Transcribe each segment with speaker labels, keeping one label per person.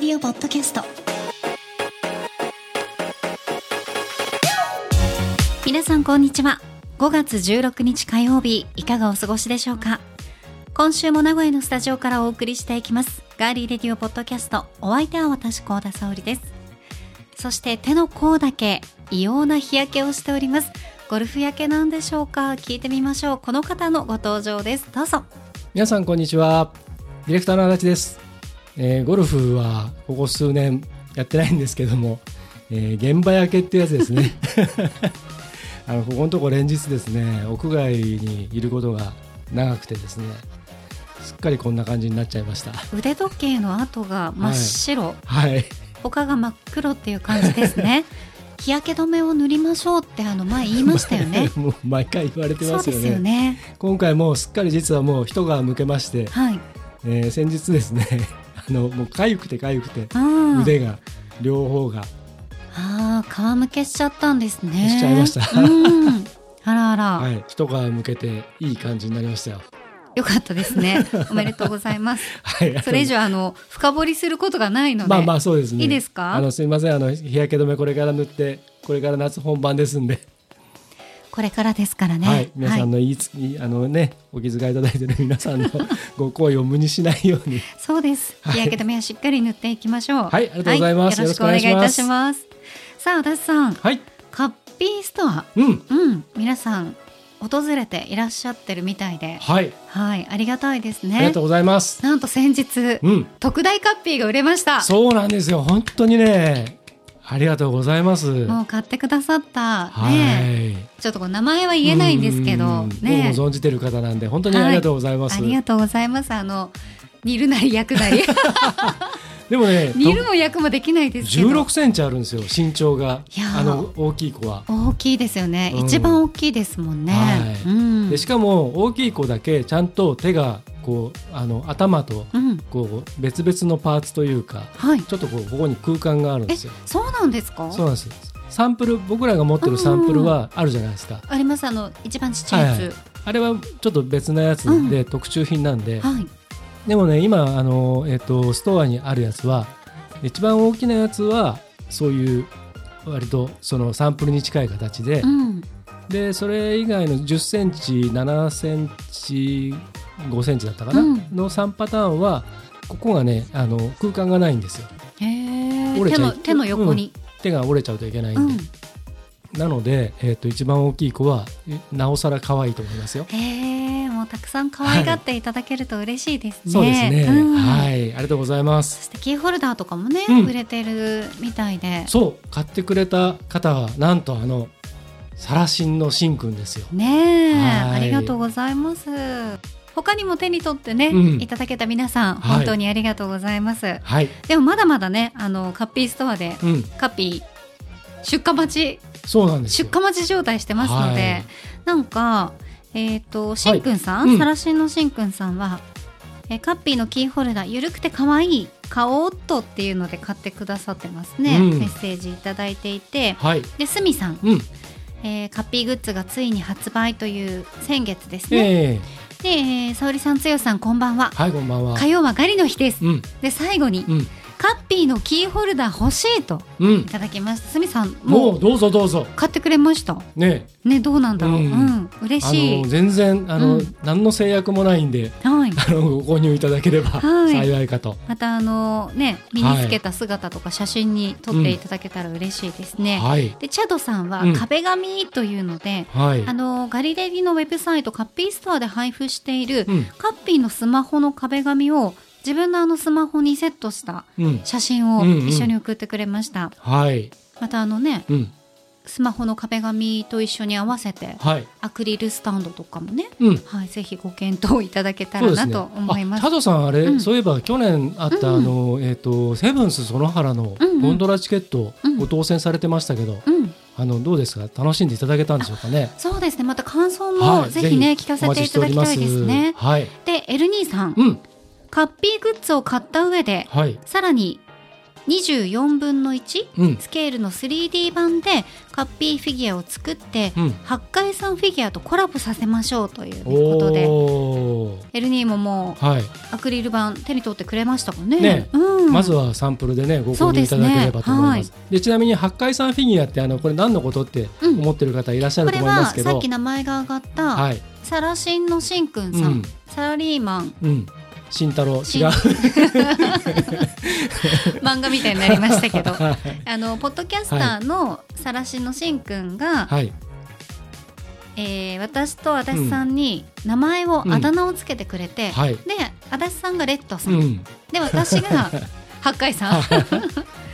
Speaker 1: リオポッドキャスト皆さんこんにちは5月16日火曜日いかがお過ごしでしょうか今週も名古屋のスタジオからお送りしていきますガーリーレディオポッドキャストお相手は私高田沙織ですそして手の甲だけ異様な日焼けをしておりますゴルフ焼けなんでしょうか聞いてみましょうこの方のご登場ですどうぞ
Speaker 2: 皆さんこんにちはディレクターの足立です、えーゴルフはここ数年やってないんですけども、えー現場焼けってやつですね あのここのとこ連日ですね屋外にいることが長くてですねすっかりこんな感じになっちゃいました
Speaker 1: 腕時計の跡が真っ白、
Speaker 2: はい
Speaker 1: 他が真っ黒っていう感じです ね日焼け止めを塗りましょうってあの前言いましたよね
Speaker 2: もう毎回言われて
Speaker 1: そ
Speaker 2: ま
Speaker 1: う
Speaker 2: す
Speaker 1: で
Speaker 2: よ
Speaker 1: す
Speaker 2: ね
Speaker 1: よね
Speaker 2: 今回もうすっかり実はもう人が向けまして、
Speaker 1: はい
Speaker 2: えー先日ですね あのもう痒くて痒くて
Speaker 1: うん
Speaker 2: 腕が両方が
Speaker 1: ああ皮むけしちゃったんですね
Speaker 2: しちゃいました
Speaker 1: うんあらあら、
Speaker 2: はい、一皮向けていい感じになりましたよ。
Speaker 1: よかったですねおめでとうございます
Speaker 2: はい、
Speaker 1: それ以上あの深掘りすることがないので
Speaker 2: まあまあそうですね。
Speaker 1: いいですか
Speaker 2: あのすみません、あの日焼け止めこれから塗って、これから夏本番ですんで、
Speaker 1: これからですからね
Speaker 2: はい、皆さん
Speaker 1: はい
Speaker 2: のいいつ、いいあのね、お気遣いいただいてる 皆さんのご好意を無にしないように。
Speaker 1: そうです
Speaker 2: はい
Speaker 1: 日焼け止めはしっかり塗っていきましょう
Speaker 2: はいありがとうございます
Speaker 1: よろしくお願いい
Speaker 2: よ
Speaker 1: た
Speaker 2: ろ
Speaker 1: し
Speaker 2: しくお
Speaker 1: ますさあ足立さん
Speaker 2: はい、
Speaker 1: カッピーストア
Speaker 2: うん、
Speaker 1: うん、皆さん訪れていらっしゃってるみたいで、
Speaker 2: はい、
Speaker 1: はい、ありがたいです
Speaker 2: ありが
Speaker 1: ね
Speaker 2: と。うございます。
Speaker 1: なんと先日、
Speaker 2: うん、
Speaker 1: 特大カッピーが売れました。
Speaker 2: そうなんですよ。本当にね、ありがとうございます。
Speaker 1: も
Speaker 2: は
Speaker 1: う買ってくださった、ね
Speaker 2: い。
Speaker 1: え、ちょっとこう名前は言えないんですけ
Speaker 2: う
Speaker 1: ど
Speaker 2: ん、
Speaker 1: ねえ
Speaker 2: もう存じてる方なんで、本当にありがとうございます。
Speaker 1: ありがとうございます。あの煮るなり焼く なり、
Speaker 2: でもね、
Speaker 1: 煮るも焼くもできないですけど、
Speaker 2: 16センチあるんですよ身長が
Speaker 1: いやー
Speaker 2: あの大きい子は。
Speaker 1: 大きいですよね。
Speaker 2: うん
Speaker 1: 一番大きいですもんね。
Speaker 2: はい
Speaker 1: うん、
Speaker 2: でしかも大きい子だけちゃんと手がこうあの頭と
Speaker 1: うん、
Speaker 2: こう別々のパーツというか
Speaker 1: はい。
Speaker 2: ちょっとこうここに空間があるん
Speaker 1: え
Speaker 2: ですよ。、
Speaker 1: そうなんですか。
Speaker 2: そうなんですサンプル僕らが持ってるサンプルはあるじゃないですか。
Speaker 1: ありますあの一番ちっちゃいやつ、
Speaker 2: あれはちょっと別なやつで特注品なんで、
Speaker 1: はい
Speaker 2: でもね今あの、えっとストアにあるやつは一番大きなやつはそういう割とそのサンプルに近い形で、
Speaker 1: うん、
Speaker 2: でそれ以外の1 0センチ7センチ5センチだったかな、
Speaker 1: うん
Speaker 2: の3パターンはここがねあの空間がないんですよ
Speaker 1: へえ
Speaker 2: 折れ
Speaker 1: 手
Speaker 2: ちゃ
Speaker 1: の
Speaker 2: い
Speaker 1: 手の横に、
Speaker 2: 手が折れちゃうといけない
Speaker 1: うんん
Speaker 2: で、なので、えー、と一番大きい子はえなおさら可愛いと思いますよ、
Speaker 1: へえもうたくさん可愛がっていただけると嬉しいですね、
Speaker 2: そうですね、
Speaker 1: うん
Speaker 2: はいありがとうございま
Speaker 1: そ
Speaker 2: す
Speaker 1: してキーホルダーとかもね、
Speaker 2: うん
Speaker 1: 売れてるみたいで
Speaker 2: そう買ってくれた方はなんとあのサラシンのしんくんですよ
Speaker 1: ねえ
Speaker 2: はい
Speaker 1: ありがとうございます他にも手に取ってね、
Speaker 2: うん
Speaker 1: いただけた皆さん
Speaker 2: はい
Speaker 1: 本当にありがとうございます、
Speaker 2: はい
Speaker 1: でもまだまだねあのカッピーストアで
Speaker 2: うん
Speaker 1: カピー出荷待ち
Speaker 2: そうなんです
Speaker 1: 出
Speaker 2: よ
Speaker 1: 荷待ち状態してますので、
Speaker 2: はい
Speaker 1: なんか、えっとしんくんさん、
Speaker 2: うん
Speaker 1: さらしんのしんくんさんは、えーカッピーのキーホルダーゆるくて可愛い買おうっとっていうので買ってくださってますね、
Speaker 2: うん
Speaker 1: メッセージいただいていて
Speaker 2: はい
Speaker 1: でスミさん、
Speaker 2: うん
Speaker 1: えーカッピーグッズがついに発売という先月ですね、
Speaker 2: ええ
Speaker 1: で、えー、沙織さんつよさんこんばんは
Speaker 2: はいこんばんは
Speaker 1: 火曜はガリの日です
Speaker 2: うん
Speaker 1: で最後に、
Speaker 2: うん
Speaker 1: カッピーのキーホルダー欲しいと
Speaker 2: うん
Speaker 1: いただきましたスミさんも
Speaker 2: も
Speaker 1: う
Speaker 2: うどうぞどうぞ
Speaker 1: 買ってくれました
Speaker 2: ね
Speaker 1: ねどうなんだろう、う
Speaker 2: うんん
Speaker 1: 嬉
Speaker 2: あ
Speaker 1: しい
Speaker 2: の全然あの、
Speaker 1: うん
Speaker 2: 何の制約もないんで
Speaker 1: はい
Speaker 2: あのご購入いただければ
Speaker 1: はい
Speaker 2: 幸いかと、
Speaker 1: またあの ね身につけた姿とか写真に撮っていただけたら嬉しいですね、
Speaker 2: はい
Speaker 1: でチャドさんは
Speaker 2: うん
Speaker 1: 壁紙というので、
Speaker 2: はい
Speaker 1: あのガリレディのウェブサイトカッピーストアで配布している、
Speaker 2: うん
Speaker 1: カッピーのスマホの壁紙を自分のあのスマホにセットした
Speaker 2: うん
Speaker 1: 写真を
Speaker 2: うんうん
Speaker 1: 一緒に送ってくれました、
Speaker 2: はい
Speaker 1: またあのね
Speaker 2: うん
Speaker 1: スマホの壁紙と一緒に合わせて
Speaker 2: はい
Speaker 1: アクリルスタンドとかもね
Speaker 2: うん
Speaker 1: はい、ぜひご検討いただけた
Speaker 2: そう
Speaker 1: ら
Speaker 2: です
Speaker 1: な
Speaker 2: ね
Speaker 1: と思いま
Speaker 2: あ
Speaker 1: す。
Speaker 2: タドさんあれ、
Speaker 1: うん
Speaker 2: そういえば去年あった、
Speaker 1: うん
Speaker 2: あのえっ、とセブンス園原の
Speaker 1: うんうん
Speaker 2: ゴンドラチケット、
Speaker 1: うん
Speaker 2: ご当選されてましたけど、
Speaker 1: うん、
Speaker 2: あのどうですか楽しんでいただけたんでしょうかね
Speaker 1: そうですね。また感想
Speaker 2: は
Speaker 1: も
Speaker 2: い
Speaker 1: ぜひね、聞か
Speaker 2: お
Speaker 1: せ
Speaker 2: 待
Speaker 1: てい
Speaker 2: ちしたて
Speaker 1: だ
Speaker 2: お
Speaker 1: き
Speaker 2: りま
Speaker 1: た
Speaker 2: す
Speaker 1: いですね。
Speaker 2: はい
Speaker 1: で、エルニーさん、
Speaker 2: うん
Speaker 1: カッピーグッズを買った上で、
Speaker 2: はい
Speaker 1: さらに24分の1、
Speaker 2: うん
Speaker 1: スケールの 3D 版でカッピーフィギュアを作って、
Speaker 2: うん
Speaker 1: 八海山フィギュアとコラボさせましょうということで
Speaker 2: おー
Speaker 1: エルニーもも
Speaker 2: はい、
Speaker 1: うアクリル板手に取ってくれましたかね
Speaker 2: ね
Speaker 1: うん、
Speaker 2: まずはサンプルでねご
Speaker 1: そ
Speaker 2: 購
Speaker 1: う
Speaker 2: 入
Speaker 1: で
Speaker 2: い
Speaker 1: す
Speaker 2: た
Speaker 1: ね
Speaker 2: だければと思います。でちなみに八海山フィギュアってあのこれ何のことって
Speaker 1: うん
Speaker 2: 思ってる方いらっしゃ
Speaker 1: こ
Speaker 2: る
Speaker 1: れ
Speaker 2: と思いま
Speaker 1: は
Speaker 2: すけ
Speaker 1: さ
Speaker 2: ど、
Speaker 1: っき名前が上がった、
Speaker 2: はい、
Speaker 1: サラシンのしんくん
Speaker 2: う
Speaker 1: さん、
Speaker 2: ん、
Speaker 1: サラリーマン
Speaker 2: うん、慎太郎
Speaker 1: し
Speaker 2: 違う。
Speaker 1: 漫画みたいになりましたけど
Speaker 2: は
Speaker 1: あのポッドキャスターのさらしのしんくんが、
Speaker 2: い、
Speaker 1: えー私と足立さんに名前を、
Speaker 2: うん
Speaker 1: あだ名をつけてくれて、
Speaker 2: はい、
Speaker 1: で足立さんがレッドさ、
Speaker 2: うんん。
Speaker 1: で私 が八海さん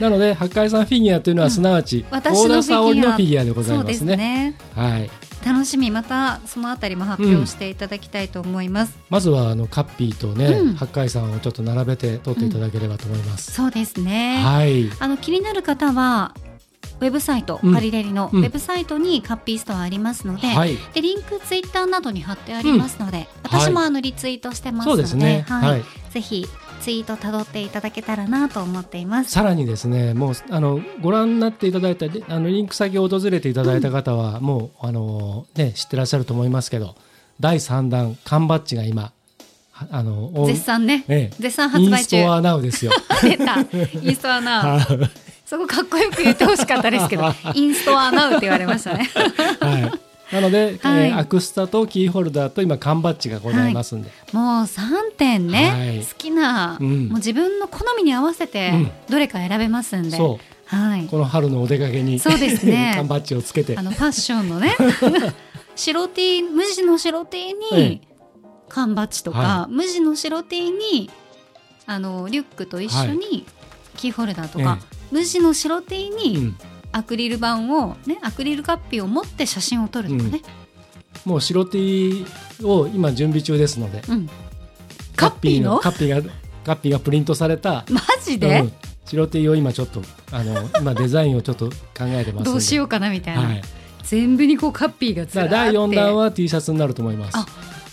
Speaker 2: なので八海山フィギュアというのはすなわち、
Speaker 1: うん
Speaker 2: 大
Speaker 1: 私の
Speaker 2: 田沙織の
Speaker 1: フ
Speaker 2: フ
Speaker 1: ィ
Speaker 2: ィギュアでござ
Speaker 1: そ
Speaker 2: い
Speaker 1: う
Speaker 2: ま
Speaker 1: ですす
Speaker 2: ね。
Speaker 1: ね
Speaker 2: はい、
Speaker 1: 楽しみまたそのあたりも発表していただきたいと思います、
Speaker 2: まずはあのカッピーとね、
Speaker 1: うん
Speaker 2: 八海山をちょっと並べて撮っていただければと思います。
Speaker 1: そうですね、
Speaker 2: はい、
Speaker 1: あの気になる方はウェブサイト、
Speaker 2: うん
Speaker 1: ガリレリのウ
Speaker 2: うん
Speaker 1: ェブサイトにカッピーストアありますので、
Speaker 2: はい、
Speaker 1: でリンクツイッターなどに貼ってありますので、私もあのリツイートしてます
Speaker 2: そ
Speaker 1: の
Speaker 2: う
Speaker 1: で
Speaker 2: ですね。
Speaker 1: はい
Speaker 2: はい。
Speaker 1: ぜひツイートたどっていただけたらなと思っています。
Speaker 2: さらにですね、もうあのご覧になっていただいたりあのリンク先を訪れていただいた方は、もうあのね知ってらっしゃると思いますけど、第3弾缶バッジが今はあのオン
Speaker 1: 絶賛ね、
Speaker 2: え
Speaker 1: 絶賛
Speaker 2: えイ
Speaker 1: 発
Speaker 2: ン
Speaker 1: 売
Speaker 2: ス
Speaker 1: 中。
Speaker 2: トアナウですよ。
Speaker 1: 出た、インストアナウ。
Speaker 2: は
Speaker 1: すごいかっこよく言ってほしかったですけど、インストアナウって言われましたね。
Speaker 2: い。なので、
Speaker 1: はい
Speaker 2: えーアクスタとキーホルダーと今缶バッジがございますんで、
Speaker 1: もう3点ね、
Speaker 2: はい
Speaker 1: 好きな、
Speaker 2: うん
Speaker 1: もう自分の好みに合わせて
Speaker 2: うん
Speaker 1: どれか選べますんで、
Speaker 2: そ
Speaker 1: は
Speaker 2: う
Speaker 1: い。
Speaker 2: この春のお出かけに
Speaker 1: そうです ね
Speaker 2: 缶バッジをつけて
Speaker 1: あのファッションの ね白 T 無地の白 T に
Speaker 2: え
Speaker 1: 缶バッジとか、
Speaker 2: は
Speaker 1: 無地の白 T にあのリュックと一緒にキーホルダーとか、無地の白 T
Speaker 2: ええう
Speaker 1: に
Speaker 2: ん
Speaker 1: アクリル板を、ね、アクリルカッピーを持って写真を撮るとかね、
Speaker 2: もう白 T を今準備中ですので、
Speaker 1: うんカッピーの
Speaker 2: カッピーがカッピーがプリントされた
Speaker 1: マジで、
Speaker 2: うん、白 T を今ちょっとあ の今デザインをちょっと考えてますんで
Speaker 1: どうし
Speaker 2: よ
Speaker 1: ようかなみた
Speaker 2: う
Speaker 1: いな、
Speaker 2: はい、だ
Speaker 1: 全部にこうカッピーがつ
Speaker 2: からら
Speaker 1: ーっ
Speaker 2: 第
Speaker 1: て
Speaker 2: 4弾は T シャツになると思います
Speaker 1: あ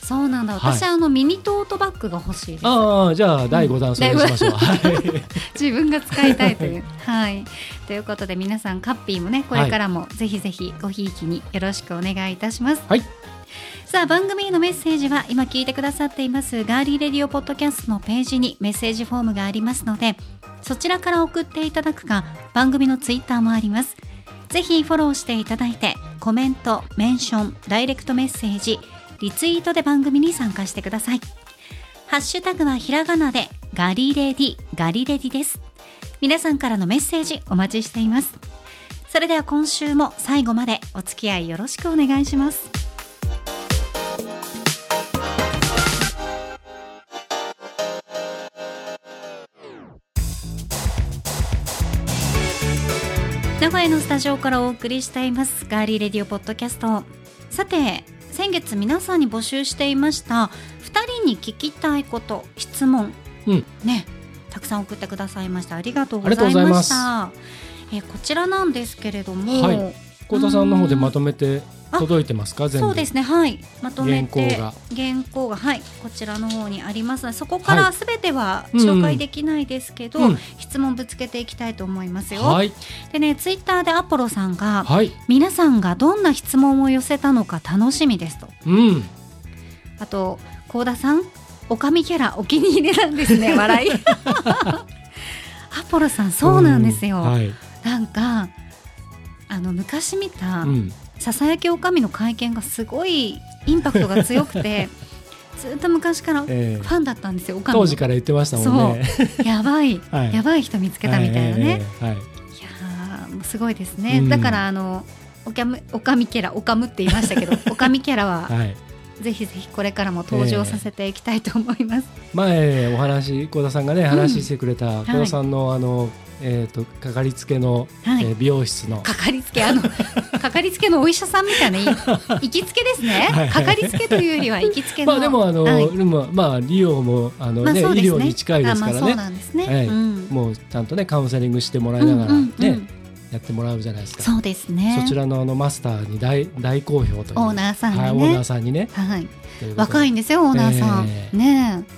Speaker 1: そうなんだ私、
Speaker 2: は
Speaker 1: あのミニトートバッグが欲しいです
Speaker 2: ああじゃあ第5弾それにしましょう、はい
Speaker 1: 自分が使いたいと いう。はい、ということで皆さんカッピーもねこれからもぜひぜひごひいきによろしくお願いいたします。
Speaker 2: はい
Speaker 1: さあ番組へのメッセージは今聞いてくださっていますガーリーレディオポッドキャストのページにメッセージフォームがありますのでそちらから送っていただくか番組のツイッターもあります。ぜひフォローしていただいてコメント、メンション、ダイレクトメッセージ、リツイートで番組に参加してください。ハッシュタグはひらがなでガリレディガリレディです。皆さんからのメッセージお待ちしています。それでは今週も最後までお付き合いよろしくお願いします。名古屋のスタジオからお送りしていますガーリーレディオポッドキャストさて先月皆さんに募集していました二人に聞きたいこと質問、
Speaker 2: うん
Speaker 1: ねたくさん送ってくださいましたありがとうご
Speaker 2: ありが
Speaker 1: ざ
Speaker 2: とう
Speaker 1: い
Speaker 2: ござい
Speaker 1: ま
Speaker 2: ま
Speaker 1: し
Speaker 2: す
Speaker 1: たえーこちらなんですけれども、
Speaker 2: はい幸田さんの方でまとめて届いてますか全部
Speaker 1: そうですねはいまとめて
Speaker 2: 原稿が
Speaker 1: 原稿がはいこちらの方にありますのでそこから
Speaker 2: は
Speaker 1: すべては
Speaker 2: うんうん
Speaker 1: 紹介できないですけど、
Speaker 2: うん
Speaker 1: 質問ぶつけていきたいと思いますよ、
Speaker 2: はい
Speaker 1: でねツイッターでアポロさんが、
Speaker 2: はい
Speaker 1: 皆さんがどんな質問を寄せたのか楽しみですと
Speaker 2: うん
Speaker 1: あと幸田さんおかみキャラお気に入りなんです ね笑いアポロさんそうなんですよ、
Speaker 2: うんはい、
Speaker 1: なんかあの昔見た、
Speaker 2: うん、
Speaker 1: ささやきおかみの会見がすごいインパクトが強く てずっと昔からフ
Speaker 2: えー
Speaker 1: ァンだったんですよおかみの
Speaker 2: 当時から言ってましたもんね。
Speaker 1: やばい、
Speaker 2: はい
Speaker 1: やばい人見つけたみたいなね、い
Speaker 2: はいはい
Speaker 1: やーもうすごいですね、
Speaker 2: うん
Speaker 1: だからあのおかむおかみキャラおかむって言いました けどおかみキャラは、
Speaker 2: はいはい
Speaker 1: ぜひぜひこれからも登場させていきたいと思います、
Speaker 2: 前お話小田さんがね話してくれた小田さんのあのえっとかかりつけの
Speaker 1: はい
Speaker 2: えー美容室の
Speaker 1: かかりつけ あのかかりつけのお医者さんみたいない行きつけですね
Speaker 2: はい
Speaker 1: かかりつけというよりは行きつけの
Speaker 2: まあでもあの
Speaker 1: はい
Speaker 2: でもまあ利用もあの
Speaker 1: まあ
Speaker 2: ね医
Speaker 1: そうですね
Speaker 2: 療に近いですか
Speaker 1: あ
Speaker 2: ら
Speaker 1: まあそう
Speaker 2: ね
Speaker 1: なんですね、
Speaker 2: はい
Speaker 1: うん
Speaker 2: もうちゃんとねカウンセリングしてもらいながら
Speaker 1: うんうんうん
Speaker 2: ねやってもらうじゃないですか
Speaker 1: そうですね
Speaker 2: そちらのあのマスターに大大好評という
Speaker 1: オーナーさんにね
Speaker 2: はいオーナーさんにね
Speaker 1: はい
Speaker 2: とうことで
Speaker 1: 若いんですよオーナーさん、
Speaker 2: ええ
Speaker 1: ねえ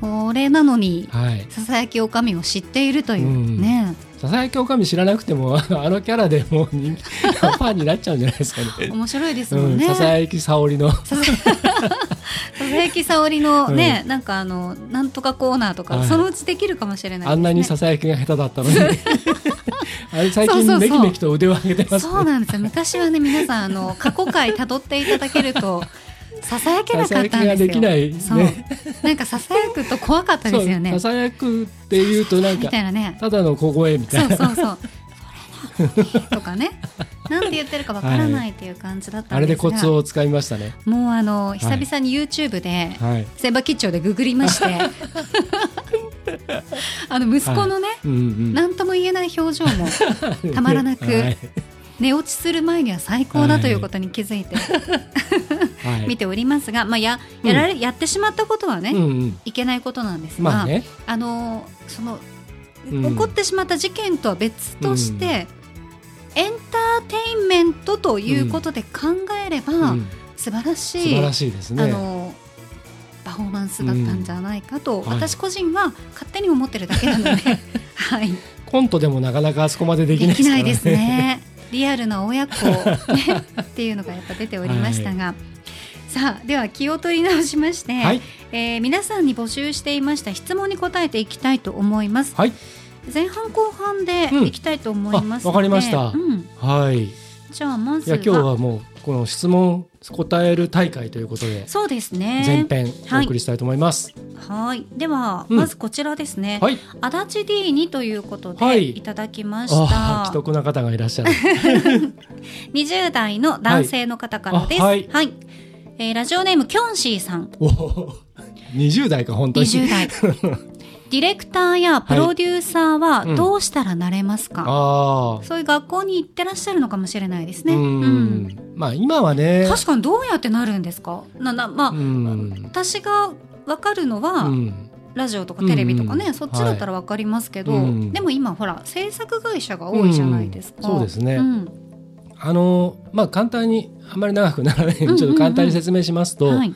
Speaker 1: そそれなのに、
Speaker 2: はい、
Speaker 1: ささやきおかみを知っているという、
Speaker 2: うん
Speaker 1: ね
Speaker 2: ささやきおかみ知らなくてもあのあのキャラでもう人 気ファンになっちゃうんじゃないですかね。
Speaker 1: 面白いですも
Speaker 2: うんん、
Speaker 1: ね。
Speaker 2: ささやき沙織の
Speaker 1: さ さささやき沙織のね、なんかあのなんとかコーナーとか、
Speaker 2: はい
Speaker 1: そのうちできるかもしれないですね。
Speaker 2: あんなにささやきが下手 だったのにあれ最
Speaker 1: そうそうそ
Speaker 2: 近
Speaker 1: う
Speaker 2: めきめきと腕を上げてます
Speaker 1: そうなんですよ。昔はね皆さんあ の過去回辿っていただけると。ささやけなかったんですよ。
Speaker 2: ささやきができないね
Speaker 1: そう。なんかささやくと怖かったですよ
Speaker 2: そ
Speaker 1: ね
Speaker 2: う。ささやくっていうとなん
Speaker 1: み
Speaker 2: か
Speaker 1: たいなね。
Speaker 2: ただの小声みた
Speaker 1: そ
Speaker 2: いうな
Speaker 1: そうそう。それなのにとかね。なんて言ってるかわからないっていう感じだった
Speaker 2: あ
Speaker 1: ん
Speaker 2: れ
Speaker 1: で
Speaker 2: です
Speaker 1: が。
Speaker 2: コツをつかみましたね。
Speaker 1: もうあの久々に YouTube で
Speaker 2: はい。
Speaker 1: セイバー吉兆でググりまして、 あの息子のね、
Speaker 2: うんうん。
Speaker 1: なんとも言えない表情もたまらなく
Speaker 2: はい
Speaker 1: 寝落ちする前には最高だということに気づいて
Speaker 2: はい
Speaker 1: 見ておりますが、まあややられ、やってしまったことはね、
Speaker 2: うんうん。
Speaker 1: いけないことなんですが、
Speaker 2: ま
Speaker 1: あ
Speaker 2: あね。
Speaker 1: のその、
Speaker 2: うん
Speaker 1: 起こってしまった事件とは別として、エンターテインメントということで考えれば、
Speaker 2: うん
Speaker 1: 素晴らし
Speaker 2: 素
Speaker 1: い
Speaker 2: 晴らしいです
Speaker 1: あ
Speaker 2: ね。
Speaker 1: のパフォーマンスだったんじゃないかと、
Speaker 2: うんはい
Speaker 1: 私個人は勝手に思ってるだけな ので、はい、
Speaker 2: コントでもなかなかあそこまでで
Speaker 1: で
Speaker 2: きない
Speaker 1: きないで
Speaker 2: ですすからね。
Speaker 1: ね。リアルな親子、ね、っていうのがやっぱ出ておりましたが、さあでは気を取り直しまして、
Speaker 2: はい
Speaker 1: えー皆さんに募集していました質問に答えていきたいと思います。
Speaker 2: はい
Speaker 1: 前半後半で
Speaker 2: うん
Speaker 1: いきたいと思いますので
Speaker 2: あわかりました
Speaker 1: うん
Speaker 2: はい。い
Speaker 1: じゃあまず
Speaker 2: や
Speaker 1: は
Speaker 2: 今日はもうこの質問答える大会ということで
Speaker 1: そうです
Speaker 2: 前
Speaker 1: ね。
Speaker 2: 編お送りしたいと思います。
Speaker 1: はい。では、
Speaker 2: うん
Speaker 1: まずこちらですね。
Speaker 2: はい。
Speaker 1: 足立 D2 ということ
Speaker 2: は
Speaker 1: で
Speaker 2: い
Speaker 1: いただきました、
Speaker 2: ああ既得な方がいらっし ゃる。
Speaker 1: 20代の男性の方からですは
Speaker 2: はいい、
Speaker 1: えーラジオネームキョンシーさん
Speaker 2: おお。二十代か本当に。
Speaker 1: 20代 ディレクターやプロデューサー
Speaker 2: はいう
Speaker 1: は
Speaker 2: ん
Speaker 1: どうしたらなれますか、
Speaker 2: ああ。
Speaker 1: そういう学校に行ってらっしゃるのかもしれないですね、
Speaker 2: う
Speaker 1: うん
Speaker 2: ん。まあ今はね。
Speaker 1: 確かにどうやってなるんですかななまあ、
Speaker 2: うん。
Speaker 1: 私が分かるのは、
Speaker 2: うん
Speaker 1: ラジオとかテレビとかね、
Speaker 2: うん
Speaker 1: そっちだったら分かりますけど、
Speaker 2: はいうん
Speaker 1: でも今ほら制作会社が多いじゃないですか、
Speaker 2: うんそうですね
Speaker 1: ん
Speaker 2: あのまあ簡単にあんまり長くならないよう
Speaker 1: うんうん
Speaker 2: にちょっと簡単に説明しますと、
Speaker 1: はい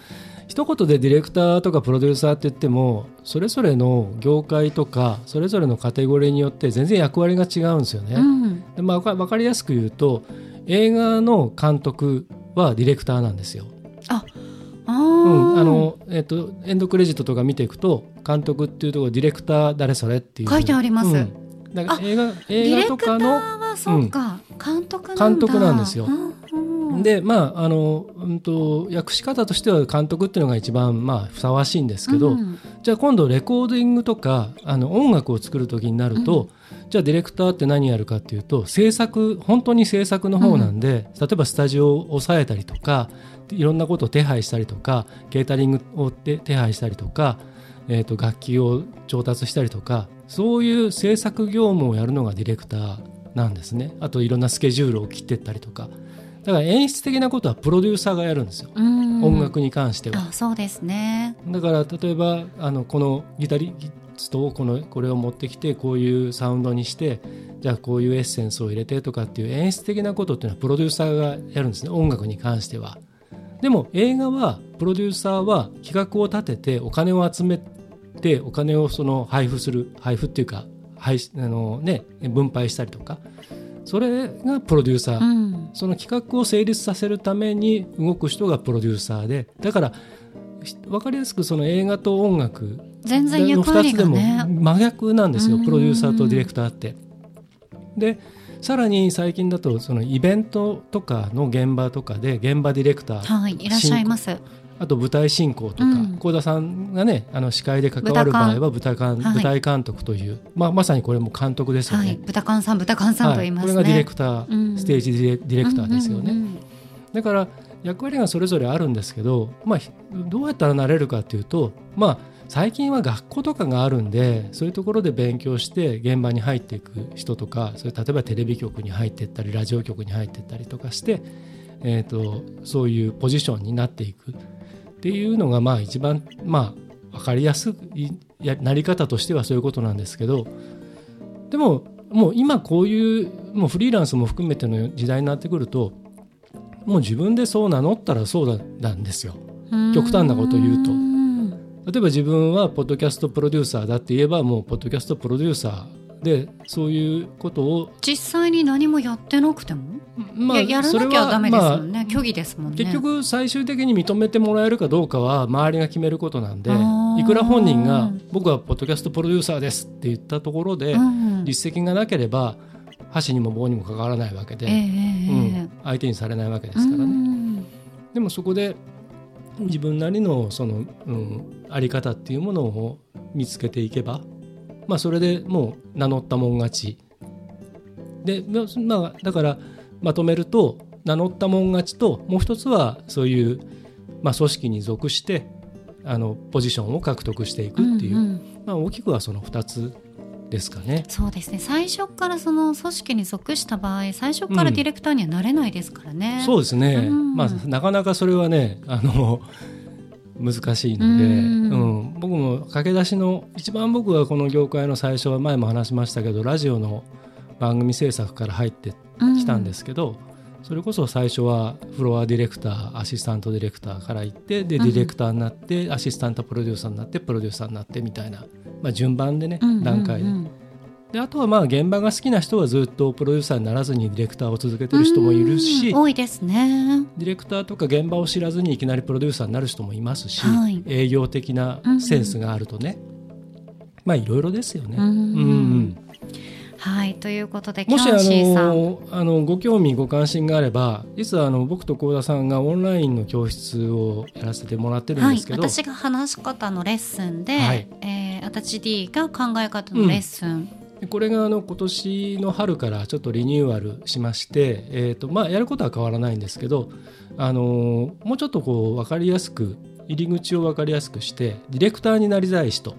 Speaker 2: 一言でディレクターとかプロデューサーって言ってもそれぞれの業界とかそれぞれのカテゴリーによって全然役割が違うんですよね。
Speaker 1: うん
Speaker 2: でまあ、わかわかりやすく言うと映画の監督はディレクターなんですよ。
Speaker 1: あ
Speaker 2: うん、
Speaker 1: ー
Speaker 2: あのえっとエンドクレジットとか見ていくと監督っていうところディレクター誰それっていう
Speaker 1: 書いてあります
Speaker 2: うんだから
Speaker 1: あ
Speaker 2: 映画
Speaker 1: デ
Speaker 2: 映
Speaker 1: ィレ
Speaker 2: 画と
Speaker 1: クタ
Speaker 2: かの
Speaker 1: ーはそうか、監督なんだ
Speaker 2: 監督なんですよ
Speaker 1: うんうん
Speaker 2: でまああの、うん、と訳し方としては監督っていうのが一番、まあ、ふさわしいんですけ
Speaker 1: う
Speaker 2: ど、
Speaker 1: ん
Speaker 2: じゃあ今度レコーディングとかあの音楽を作る時になると、じゃあディレクターって何やるかっていうと制作本当に制作の方なんで、例えばスタジオを抑えたりとかいろんなことを手配したりとかケータリングを手手配したりとか、えー、と楽器を調達したりとかそういう制作業務をやるのがディレクターなんですねあといろんなスケジュールを切ってったりとかだから演出的なことはプロデューサーがやるんですよ、
Speaker 1: うん
Speaker 2: 音楽に関しては。
Speaker 1: あそうですね
Speaker 2: だから例えばあのこのギタリストをこのこれを持ってきてこういうサウンドにしてじゃあこういうエッセンスを入れてとかっていう演出的なことっていうのはプロデューサーがやるんですね音楽に関しては。でも映画はプロデューサーは企画を立ててお金を集めてお金をその配布する配布っていうか配しあの、ね、分配したりとかそれがプロデューサー
Speaker 1: うん
Speaker 2: その企画を成立させるために動く人がプロデューサーでだからひ分かりやすくその映画と音楽
Speaker 1: 全然
Speaker 2: の
Speaker 1: 役
Speaker 2: 2
Speaker 1: 割
Speaker 2: つで
Speaker 1: が
Speaker 2: も
Speaker 1: ね
Speaker 2: 真逆なんですよ
Speaker 1: うん
Speaker 2: プロデューサーとディレクターって。でさらに最近だとそのイベントとかの現場とかで現場ディレクター
Speaker 1: はいいらっしゃいます
Speaker 2: あと舞台進行とか
Speaker 1: うん
Speaker 2: 幸、田さんがねあの司会で関わる場合は舞台監
Speaker 1: はい
Speaker 2: 舞台監督という、まあ、まさにこれも監督ですよ
Speaker 1: はい
Speaker 2: ね。
Speaker 1: 豚缶さん豚缶さんと言います
Speaker 2: こ
Speaker 1: ね、
Speaker 2: れがディレクター、
Speaker 1: うん
Speaker 2: ステージディレディレクターですよね。
Speaker 1: うんうんうん
Speaker 2: だから役割がそれぞれあるんですけど、まあ、ひどうやったらなれるかっていうと、まあ、最近は学校とかがあるんでそういうところで勉強して現場に入っていく人とかそれ例えばテレビ局に入っていったりラジオ局に入っていったりとかして、えー、とそういうポジションになっていくっていうのがまあ一番、まあ、分かりやすいやなり方としてはそういうことなんですけどでももう今こういうもうフリーランスも含めての時代になってくるともう自分でそう名乗ったらそうだなんですよ
Speaker 1: うん
Speaker 2: 極端なこと言うと
Speaker 1: ん
Speaker 2: 例えば自分はポッドキャストプロデューサーだって言えばもうポッドキャストプロデューサーでそういうことを、
Speaker 1: 実際に何もやってなくても、
Speaker 2: まあ、
Speaker 1: いややら
Speaker 2: そ
Speaker 1: な
Speaker 2: れ
Speaker 1: きゃ
Speaker 2: は
Speaker 1: ダメですもん
Speaker 2: ま
Speaker 1: ね、虚偽ですもん
Speaker 2: あ
Speaker 1: ね
Speaker 2: 結局最終的に認めてもらえるかどうかは周りが決めることなんで
Speaker 1: あー
Speaker 2: いくら本人が「僕はポッドキャストプロデューサーです」って言ったところで
Speaker 1: うん
Speaker 2: 実績がなければ箸にも棒にもかからないわけ
Speaker 1: えええ
Speaker 2: で、う
Speaker 1: ええ
Speaker 2: ん相手にされないわけで
Speaker 1: え
Speaker 2: すからね。
Speaker 1: うん
Speaker 2: でもそこで自分なりのその、うん、あり方っていうものを見つけていけば、まあ、それでもう名乗ったもん勝ちで、まあまあ、だからまとめると名乗ったもん勝ちともう一つはそういう、まあ、組織に属してあのポジションを獲得していくっていう、
Speaker 1: んん
Speaker 2: まあ、大きくはその2つですかね。
Speaker 1: そうですね最初からその組織に属した場合最初からディレクターにはなれないですからね、
Speaker 2: そううですね、
Speaker 1: うん
Speaker 2: まあ、なかなかそれはねあの難しいので、
Speaker 1: う、
Speaker 2: うんん僕も駆け出しの一番僕はこの業界の最初は前も話しましたけどラジオの番組制作から入ってきたんですすけど、それこそ最初はフロアディレクターアシスタントディレクターから行ってで
Speaker 1: う
Speaker 2: デ
Speaker 1: ん
Speaker 2: ィレクターになって、アシスタントプロデューサーになってプロデューサーになってみたいな、まあ、順番でね、
Speaker 1: うんうんうん
Speaker 2: 段階でであとはまあ現場が好きな人はずっとプロデューサーにならずにディレクターを続けてる人もいるし、
Speaker 1: うん多いですね
Speaker 2: ディレクターとか現場を知らずにいきなりプロデューサーになる人もいますし、
Speaker 1: はい
Speaker 2: 営業的なセンスがあるとね、まあいろいろですよね。
Speaker 1: うん
Speaker 2: うんうん
Speaker 1: はいということでキョ
Speaker 2: も
Speaker 1: ン
Speaker 2: しあ
Speaker 1: シーさん
Speaker 2: のあのご興味ご関心があれば実はあの僕と幸田さんがオンラインの教室をやらせてもらってるん
Speaker 1: は
Speaker 2: で
Speaker 1: い
Speaker 2: す、けど、
Speaker 1: 私が話し方のレッスンで、
Speaker 2: はい
Speaker 1: えー、私 D が考え方のレッスン、
Speaker 2: でこれがあの今年の春からちょっとリニューアルしまして、えーとまあ、やることは変わらないんですけど、あのーもうちょっとこう分かりやすく入り口を分かりやすくしてディレクターになりたい人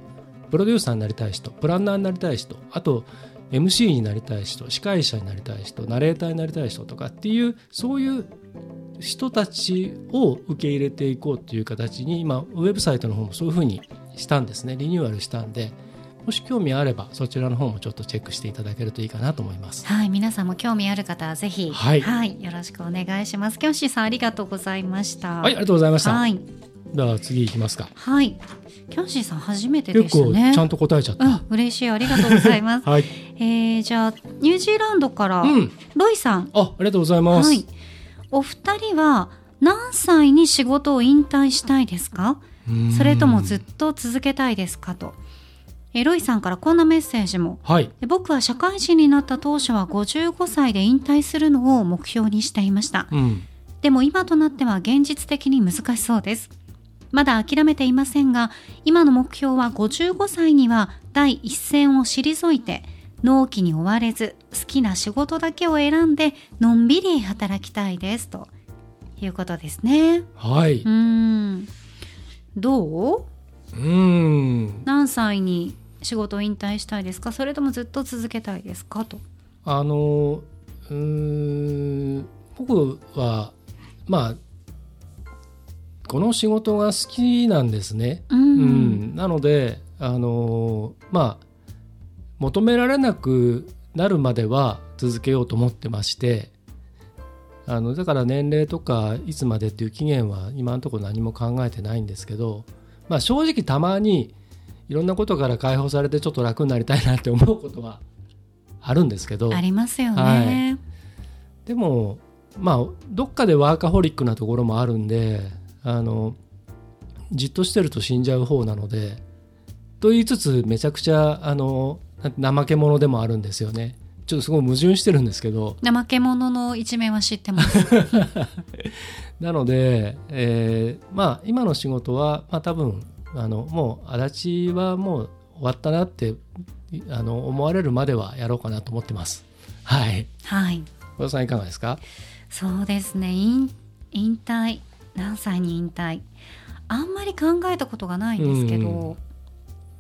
Speaker 2: プロデューサーになりたい人プランナーになりたい人あと MC になりたい人司会者になりたい人ナレーターになりたい人とかっていうそういう人たちを受け入れていこうという形に今ウェブサイトの方もそういうふうにしたんですねリニューアルしたんでもし興味あればそちらの方もちょっとチェックしていただけるといいかなと思います。
Speaker 1: はい皆さんも興味ある方はぜひ、
Speaker 2: はい
Speaker 1: よろしくお願いしますキョンシーさんありがとうございました
Speaker 2: はい、ありがとうございました。
Speaker 1: はい
Speaker 2: では次行きますか。
Speaker 1: はいキョンシーさん初めてで
Speaker 2: 結
Speaker 1: した
Speaker 2: 構
Speaker 1: ね
Speaker 2: ちゃんと答えちゃった。
Speaker 1: うん嬉しいありがとうございます、
Speaker 2: はい。
Speaker 1: えー、じゃあニュージーランドから、
Speaker 2: うん。
Speaker 1: ロイさん
Speaker 2: あ、ありがとうございます。
Speaker 1: はいお二人は何歳に仕事を引退したいですか
Speaker 2: うーん
Speaker 1: それともずっと続けたいですかと、えーロイさんからこんなメッセージも
Speaker 2: はい。
Speaker 1: で僕は社会人になった当初は55歳で引退するのを目標にしていました
Speaker 2: うん。
Speaker 1: でも今となっては現実的に難しそうですまだ諦めていませんが今の目標は55歳には第一線を退いて納期に追われず好きな仕事だけを選んでのんびり働きたいですということですね。
Speaker 2: はいう
Speaker 1: ーんどう
Speaker 2: うーん。
Speaker 1: 何歳に仕事を引退したいですかそれともずっと続けたいですかと
Speaker 2: あの、うーん。僕は、まあ、この仕事が好きなんですね。
Speaker 1: う
Speaker 2: うんん。なので、あの、まあ、求められなくなるまでは続けようと思ってまして、あのだから年齢とかいつまでっていう期限は今のところ何も考えてないんですけど、まあ、正直たまにいろんなことから解放されてちょっと楽になりたいなって思うことはあるんですけど
Speaker 1: ありますよね
Speaker 2: は、でもまあどっかでワーカホリックなところもあるんであのじっとしてると死んじゃう方なのでと言いつつめちゃくちゃあのな怠け者でもあるんですよね。ちょっとすごい矛盾してるんですけど、
Speaker 1: 怠け者の一面は知ってます、
Speaker 2: なので、えーまあ今の仕事は、まあ、多分あのもう足立はもう終わったなっていあの思われるまではやろうかなと思ってます。はい。
Speaker 1: はい
Speaker 2: 小田さんいかがですか？
Speaker 1: そうですね引引退何歳に引退あんまり考えたことがないんですけど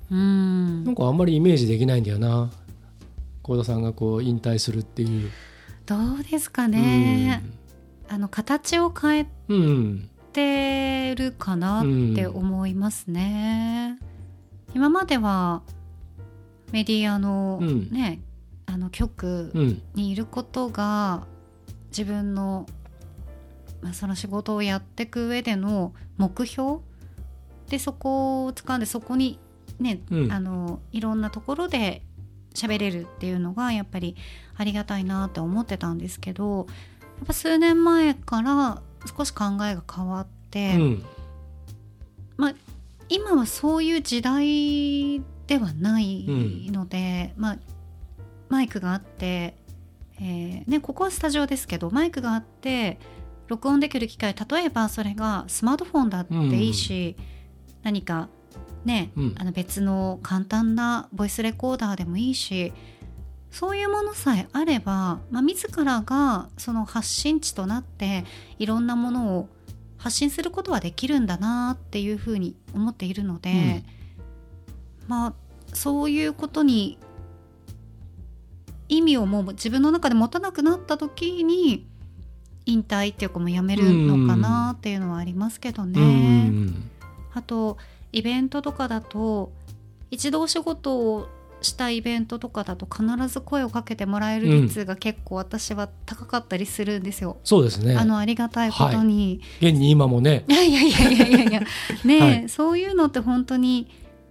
Speaker 1: うん
Speaker 2: なんかあんまりイメージできないんだよな。小田さんがこう引退するっていう。
Speaker 1: どうですかねあの形を変え
Speaker 2: うん。うん。
Speaker 1: てるかなって思いますね、今まではメディアの、
Speaker 2: うん
Speaker 1: ねあの局
Speaker 2: うん。
Speaker 1: にいることが自分の、まあ、その仕事をやっていく上での目標でそこを使うんでそこにね、
Speaker 2: うん
Speaker 1: あのいろんなところで喋れるっていうのがやっぱりありがたいなって思ってたんですけどやっぱ数年前から少し考えが変わって、
Speaker 2: うん
Speaker 1: 今はそういう時代ではないので、まあ、マイクがあって、えーね、ここはスタジオですけどマイクがあって録音できる機械例えばそれがスマートフォンだっていいし、何か、ね
Speaker 2: うん
Speaker 1: あの別の簡単なボイスレコーダーでもいいしそういうものさえあれば、まあ、自らがその発信地となっていろんなものを発信することはできるんだなっていうふうに思っているので、まあそういうことに意味をもう自分の中で持たなくなった時に引退っていうかもうやめるのかなっていうのはありますけどね。
Speaker 2: うん
Speaker 1: あとイベントとかだと一度お仕事をしたイベントとかだと必ず声をかけてもらえる率が結構私は高かったりするんですよ。
Speaker 2: そうですね
Speaker 1: あのありがたいことに、
Speaker 2: 現に今もね
Speaker 1: い、やいやいやいやいやい やねえ、
Speaker 2: はい
Speaker 1: そういうのって本当に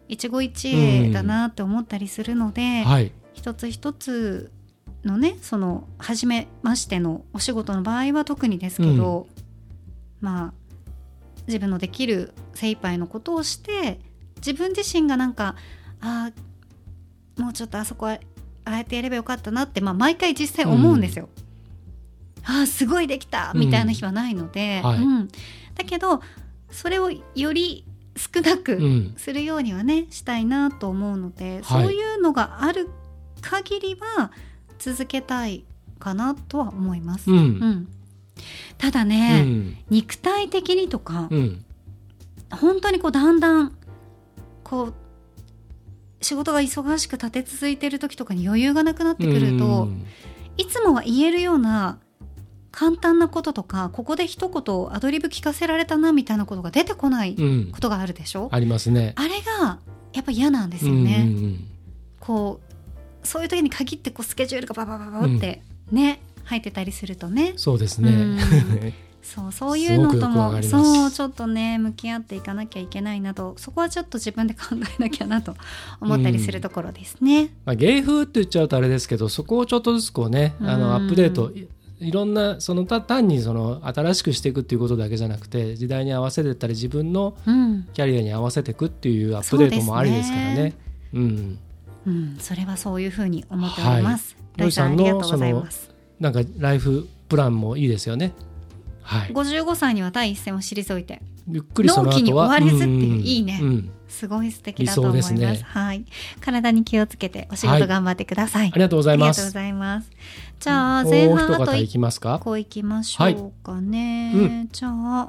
Speaker 1: 一期一会だなって思ったりするので、
Speaker 2: はい
Speaker 1: 一つ一つのねその初めましてのお仕事の場合は特にですけど、まあ自分のできる精一杯のことをして自分自身がなんかあーもうちょっとあそこはああやってやればよかったなって、まあ、毎回実際思うんですよ。あーすごいできた
Speaker 2: うん
Speaker 1: みたいな日はないので、
Speaker 2: はい
Speaker 1: うんだけどそれをより少なく、
Speaker 2: うん
Speaker 1: するようにはねしたいなと思うので、
Speaker 2: はい
Speaker 1: そういうのがある限りは続けたいかなとは思います。
Speaker 2: うん
Speaker 1: うんただ
Speaker 2: う
Speaker 1: ね、
Speaker 2: ん
Speaker 1: 肉体的にとか、
Speaker 2: うん
Speaker 1: 本当にこうだんだんこう仕事が忙しく立て続いてる時とかに余裕がなくなってくると、
Speaker 2: うん
Speaker 1: いつもは言えるような簡単なこととかここで一言アドリブ聞かせられたなみたいなことが出てこない
Speaker 2: うん
Speaker 1: ことがあるでしょ、
Speaker 2: ありますね
Speaker 1: あれがやっぱ嫌なんですよね。
Speaker 2: うんうん
Speaker 1: こうそういう時に限ってこうスケジュールがバババババってね、入ってたりするとね
Speaker 2: うんそうですね、
Speaker 1: うん そうそういうのと
Speaker 2: すごくよくわか
Speaker 1: も
Speaker 2: ります
Speaker 1: そうちょっとね向き合っていかなきゃいけないなどそこはちょっと自分で考えなきゃなと思ったりするところですね。
Speaker 2: まあ、芸風って言っちゃうとあれですけどそこをちょっとずつこうねあ
Speaker 1: うん
Speaker 2: のアップデートいいろんなそのた単にその新しくしていくっていうことだけじゃなくて時代に合わせてったり自分の
Speaker 1: うん、
Speaker 2: キャリアに合わせていくっていうアップデートもありですから
Speaker 1: そうで
Speaker 2: ね。うん、
Speaker 1: うん、それはそういうふうに思っております。
Speaker 2: ロイさん
Speaker 1: あ
Speaker 2: の
Speaker 1: りがとうございます。
Speaker 2: なんかライフプランもいいですよね。はい、
Speaker 1: 55歳には第一線を退いて
Speaker 2: ゆっくりその
Speaker 1: 納期に
Speaker 2: 後は
Speaker 1: 終われずっていう
Speaker 2: うん
Speaker 1: いいね
Speaker 2: うん
Speaker 1: すごい素敵だと思い
Speaker 2: 理
Speaker 1: ま
Speaker 2: 想
Speaker 1: す。
Speaker 2: ですね
Speaker 1: はい、体に気をつけてお仕
Speaker 2: はい
Speaker 1: 事頑張ってください。
Speaker 2: ありがとうございま
Speaker 1: ありがとうご
Speaker 2: す。
Speaker 1: ざいます。じゃあ
Speaker 2: もう
Speaker 1: 前半
Speaker 2: 一
Speaker 1: あと
Speaker 2: 方い
Speaker 1: 一
Speaker 2: きますか。
Speaker 1: 個いきましょうかね。
Speaker 2: はいう
Speaker 1: じゃあ。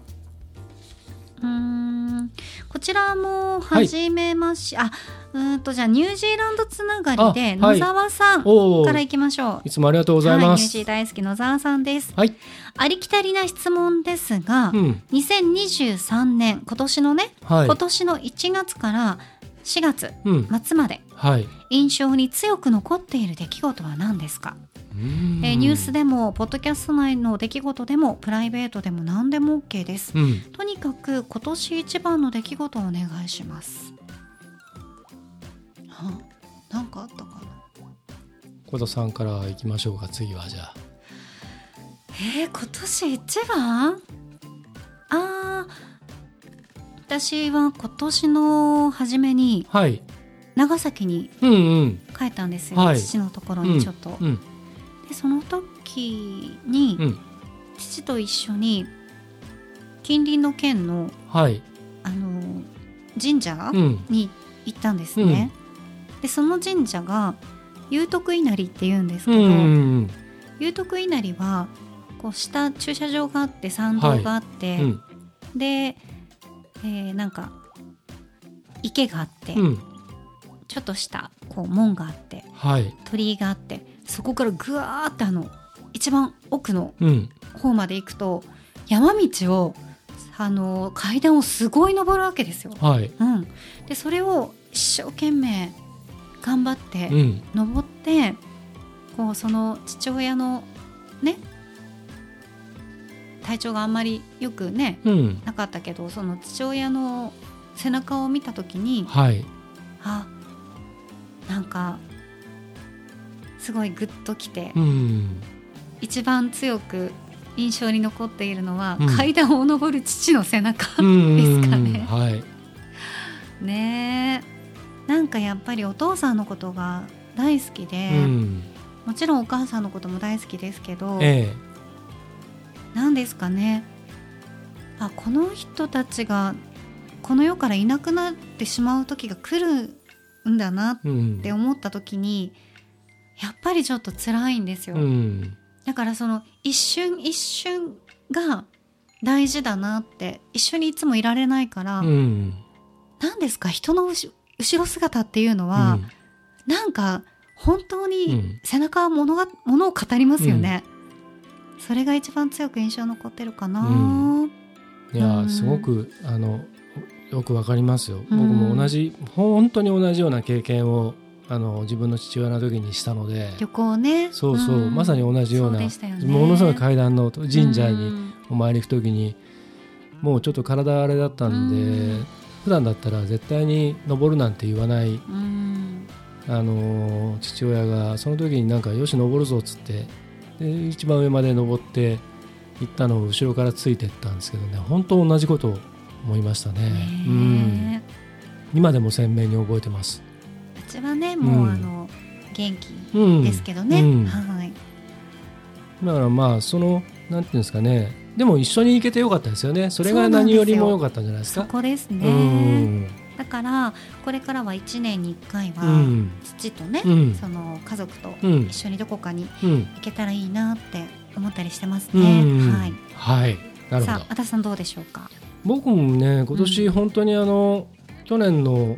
Speaker 1: うーんこちらも初めまし、あうーんとじゃあニュージーランドつながりで
Speaker 2: あは
Speaker 1: 野
Speaker 2: い
Speaker 1: 沢さんか
Speaker 2: おお、
Speaker 1: ら
Speaker 2: い
Speaker 1: いきましょう。
Speaker 2: つもありがとうござ
Speaker 1: は
Speaker 2: いま
Speaker 1: い、ニュージ
Speaker 2: す。
Speaker 1: ー大好き野沢さんです。
Speaker 2: はい、
Speaker 1: ありきたりな質問ですが、
Speaker 2: うん、
Speaker 1: 2023年今年のね、
Speaker 2: はい
Speaker 1: 今、年の1月から4月
Speaker 2: うん、
Speaker 1: 末まで
Speaker 2: はい。
Speaker 1: 印象に強く残っている出来事は何ですか
Speaker 2: うん
Speaker 1: えーニュース、でもポッドキャスト内の出来事でもプライベートでも何でも OK です
Speaker 2: うん、
Speaker 1: とにかく今年一番の出来事をお願いしますはあなんかあったかな
Speaker 2: 小田さんから行きましょうか。次はじゃあ、
Speaker 1: えー、今年一番あー私は今年の初めに
Speaker 2: はい、
Speaker 1: 長崎に
Speaker 2: うんうん、
Speaker 1: 帰ったんですよ、
Speaker 2: はい
Speaker 1: 父のところ
Speaker 2: うん
Speaker 1: にちょっと、
Speaker 2: うん、
Speaker 1: でその時に、
Speaker 2: うん、
Speaker 1: 父と一緒に近隣の県の
Speaker 2: はい、
Speaker 1: あの神社
Speaker 2: うん、
Speaker 1: に行ったんですね。でその神社が祐徳稲荷って言うんですけ
Speaker 2: う
Speaker 1: ど、
Speaker 2: んうん、
Speaker 1: 祐徳稲荷はこう下駐車場があって参道があって、
Speaker 2: うん、
Speaker 1: で、えーなんか池があって、
Speaker 2: うん、
Speaker 1: ちょっとしたこう門があって
Speaker 2: はい、
Speaker 1: 鳥居があってそこからぐわーってあの一番奥の
Speaker 2: うん、
Speaker 1: 方まで行くと山道をあの階段をすごい登るわけですよ。
Speaker 2: はい、
Speaker 1: うん、でそれを一生懸命頑張って
Speaker 2: うん、
Speaker 1: 登って、こうその父親のね体調があんまりよくね
Speaker 2: うん、
Speaker 1: なかったけどその父親の背中を見た時に
Speaker 2: はい
Speaker 1: あなんかすごいグッときて、
Speaker 2: うん
Speaker 1: 一番強く印象に残っているのは、
Speaker 2: うん
Speaker 1: 階段を上る父の背中
Speaker 2: う
Speaker 1: ですか
Speaker 2: ん
Speaker 1: ね。
Speaker 2: はい
Speaker 1: ねえなんかやっぱりお父さんのことが大好きで、
Speaker 2: うん
Speaker 1: もちろんお母さんのことも大好きですけど、
Speaker 2: え
Speaker 1: なんですかねあこの人たちがこの世からいなくなってしまう時が来るんだな
Speaker 2: えうん
Speaker 1: って思った時にやっぱりちょっと辛いんですよ、
Speaker 2: うん
Speaker 1: だからその一瞬一瞬が大事だなって一緒にいつもいられないから、
Speaker 2: うん
Speaker 1: なんですか人のうし後ろ姿っていうのは、なんか本当
Speaker 2: うん
Speaker 1: に背中は物が物を語りますよね、それが一番強く印象に残ってるかな、
Speaker 2: ういや
Speaker 1: う
Speaker 2: ー
Speaker 1: ん
Speaker 2: すごくあのよくわかりますよ。
Speaker 1: うん
Speaker 2: 僕も同じ本当に同じような経験をあの自分の父親の時にしたので、
Speaker 1: 旅行ね
Speaker 2: そうそう、
Speaker 1: ん
Speaker 2: まさに同じような
Speaker 1: そうでしたよね
Speaker 2: ものすごい階段の神社
Speaker 1: う
Speaker 2: に
Speaker 1: ん
Speaker 2: お参り行く時に、もうちょっと体あれだったんで、
Speaker 1: うん
Speaker 2: 普段だったら絶対に登るなんて言わない
Speaker 1: うん
Speaker 2: あのー父親がその時になんかよし登るぞっつってで一番上まで登って行ったのを後ろからついてったんですけどね本当同じことを思いましたねうん
Speaker 1: ね
Speaker 2: 今でも鮮明に覚えてます
Speaker 1: えうちはねもう、
Speaker 2: うん
Speaker 1: あの元
Speaker 2: うん
Speaker 1: 気ですけどね、
Speaker 2: うん
Speaker 1: はい
Speaker 2: だからまあそのなんていうんですかねでも一緒に行けてよかったですよねそれが
Speaker 1: そうなんで
Speaker 2: 何
Speaker 1: すよ
Speaker 2: よりも良かったんじゃないです
Speaker 1: そ
Speaker 2: か
Speaker 1: こです
Speaker 2: う
Speaker 1: ね、
Speaker 2: ん
Speaker 1: だからこれからは1年に1回
Speaker 2: う
Speaker 1: は
Speaker 2: ん
Speaker 1: 父とね、
Speaker 2: うん
Speaker 1: その家族と
Speaker 2: うん
Speaker 1: 一緒にどこかに
Speaker 2: うん
Speaker 1: 行けたらいいなって思ったりしてます
Speaker 2: う
Speaker 1: ね、
Speaker 2: ん
Speaker 1: はい
Speaker 2: はいなるほ
Speaker 1: さ
Speaker 2: ど
Speaker 1: あ、足立さんどうでしょうか。
Speaker 2: 僕もね今年本当にあの、去年の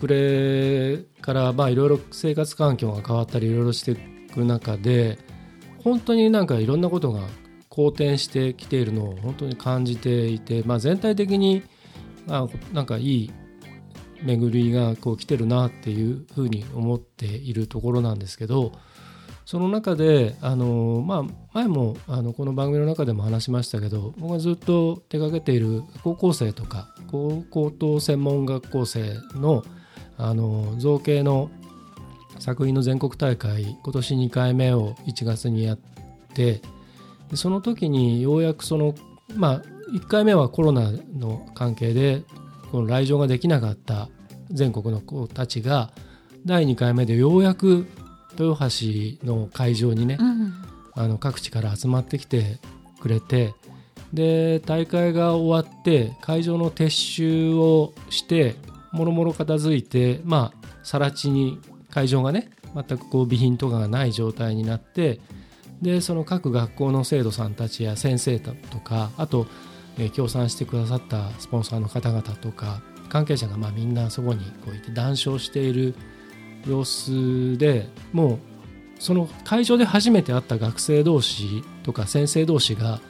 Speaker 2: 暮れからまあいろいろ生活環境が変わったりいろいろしていく中で本当になんかいろんなことが好転してきているのを本当に感じていて、まあ、全体的にあなんかいい巡りがこう来てるなっていうふうに思っているところなんですけどその中であの、まあ、前もあのこの番組の中でも話しましたけど僕がずっと手掛けている高校生とか高高等専門学校生のあの造形の作品の全国大会今年2回目を1月にやってでその時にようやくそのまあ1回目はコロナの関係でこの来場ができなかった全国の子たちが第2回目でようやく豊橋の会場にね、
Speaker 1: うん、
Speaker 2: あの各地から集まってきてくれてで大会が終わって会場の撤収をしてもろもろ片付いてまあ更地に会場がね全くこう備品とかがない状態になってでその各学校の生徒さんたちや先生たとかあと、えー協賛してくださったスポンサーの方々とか関係者がまあみんなそこにこういて談笑している様子でもうその会場で初めて会った学生同士とか先生同士が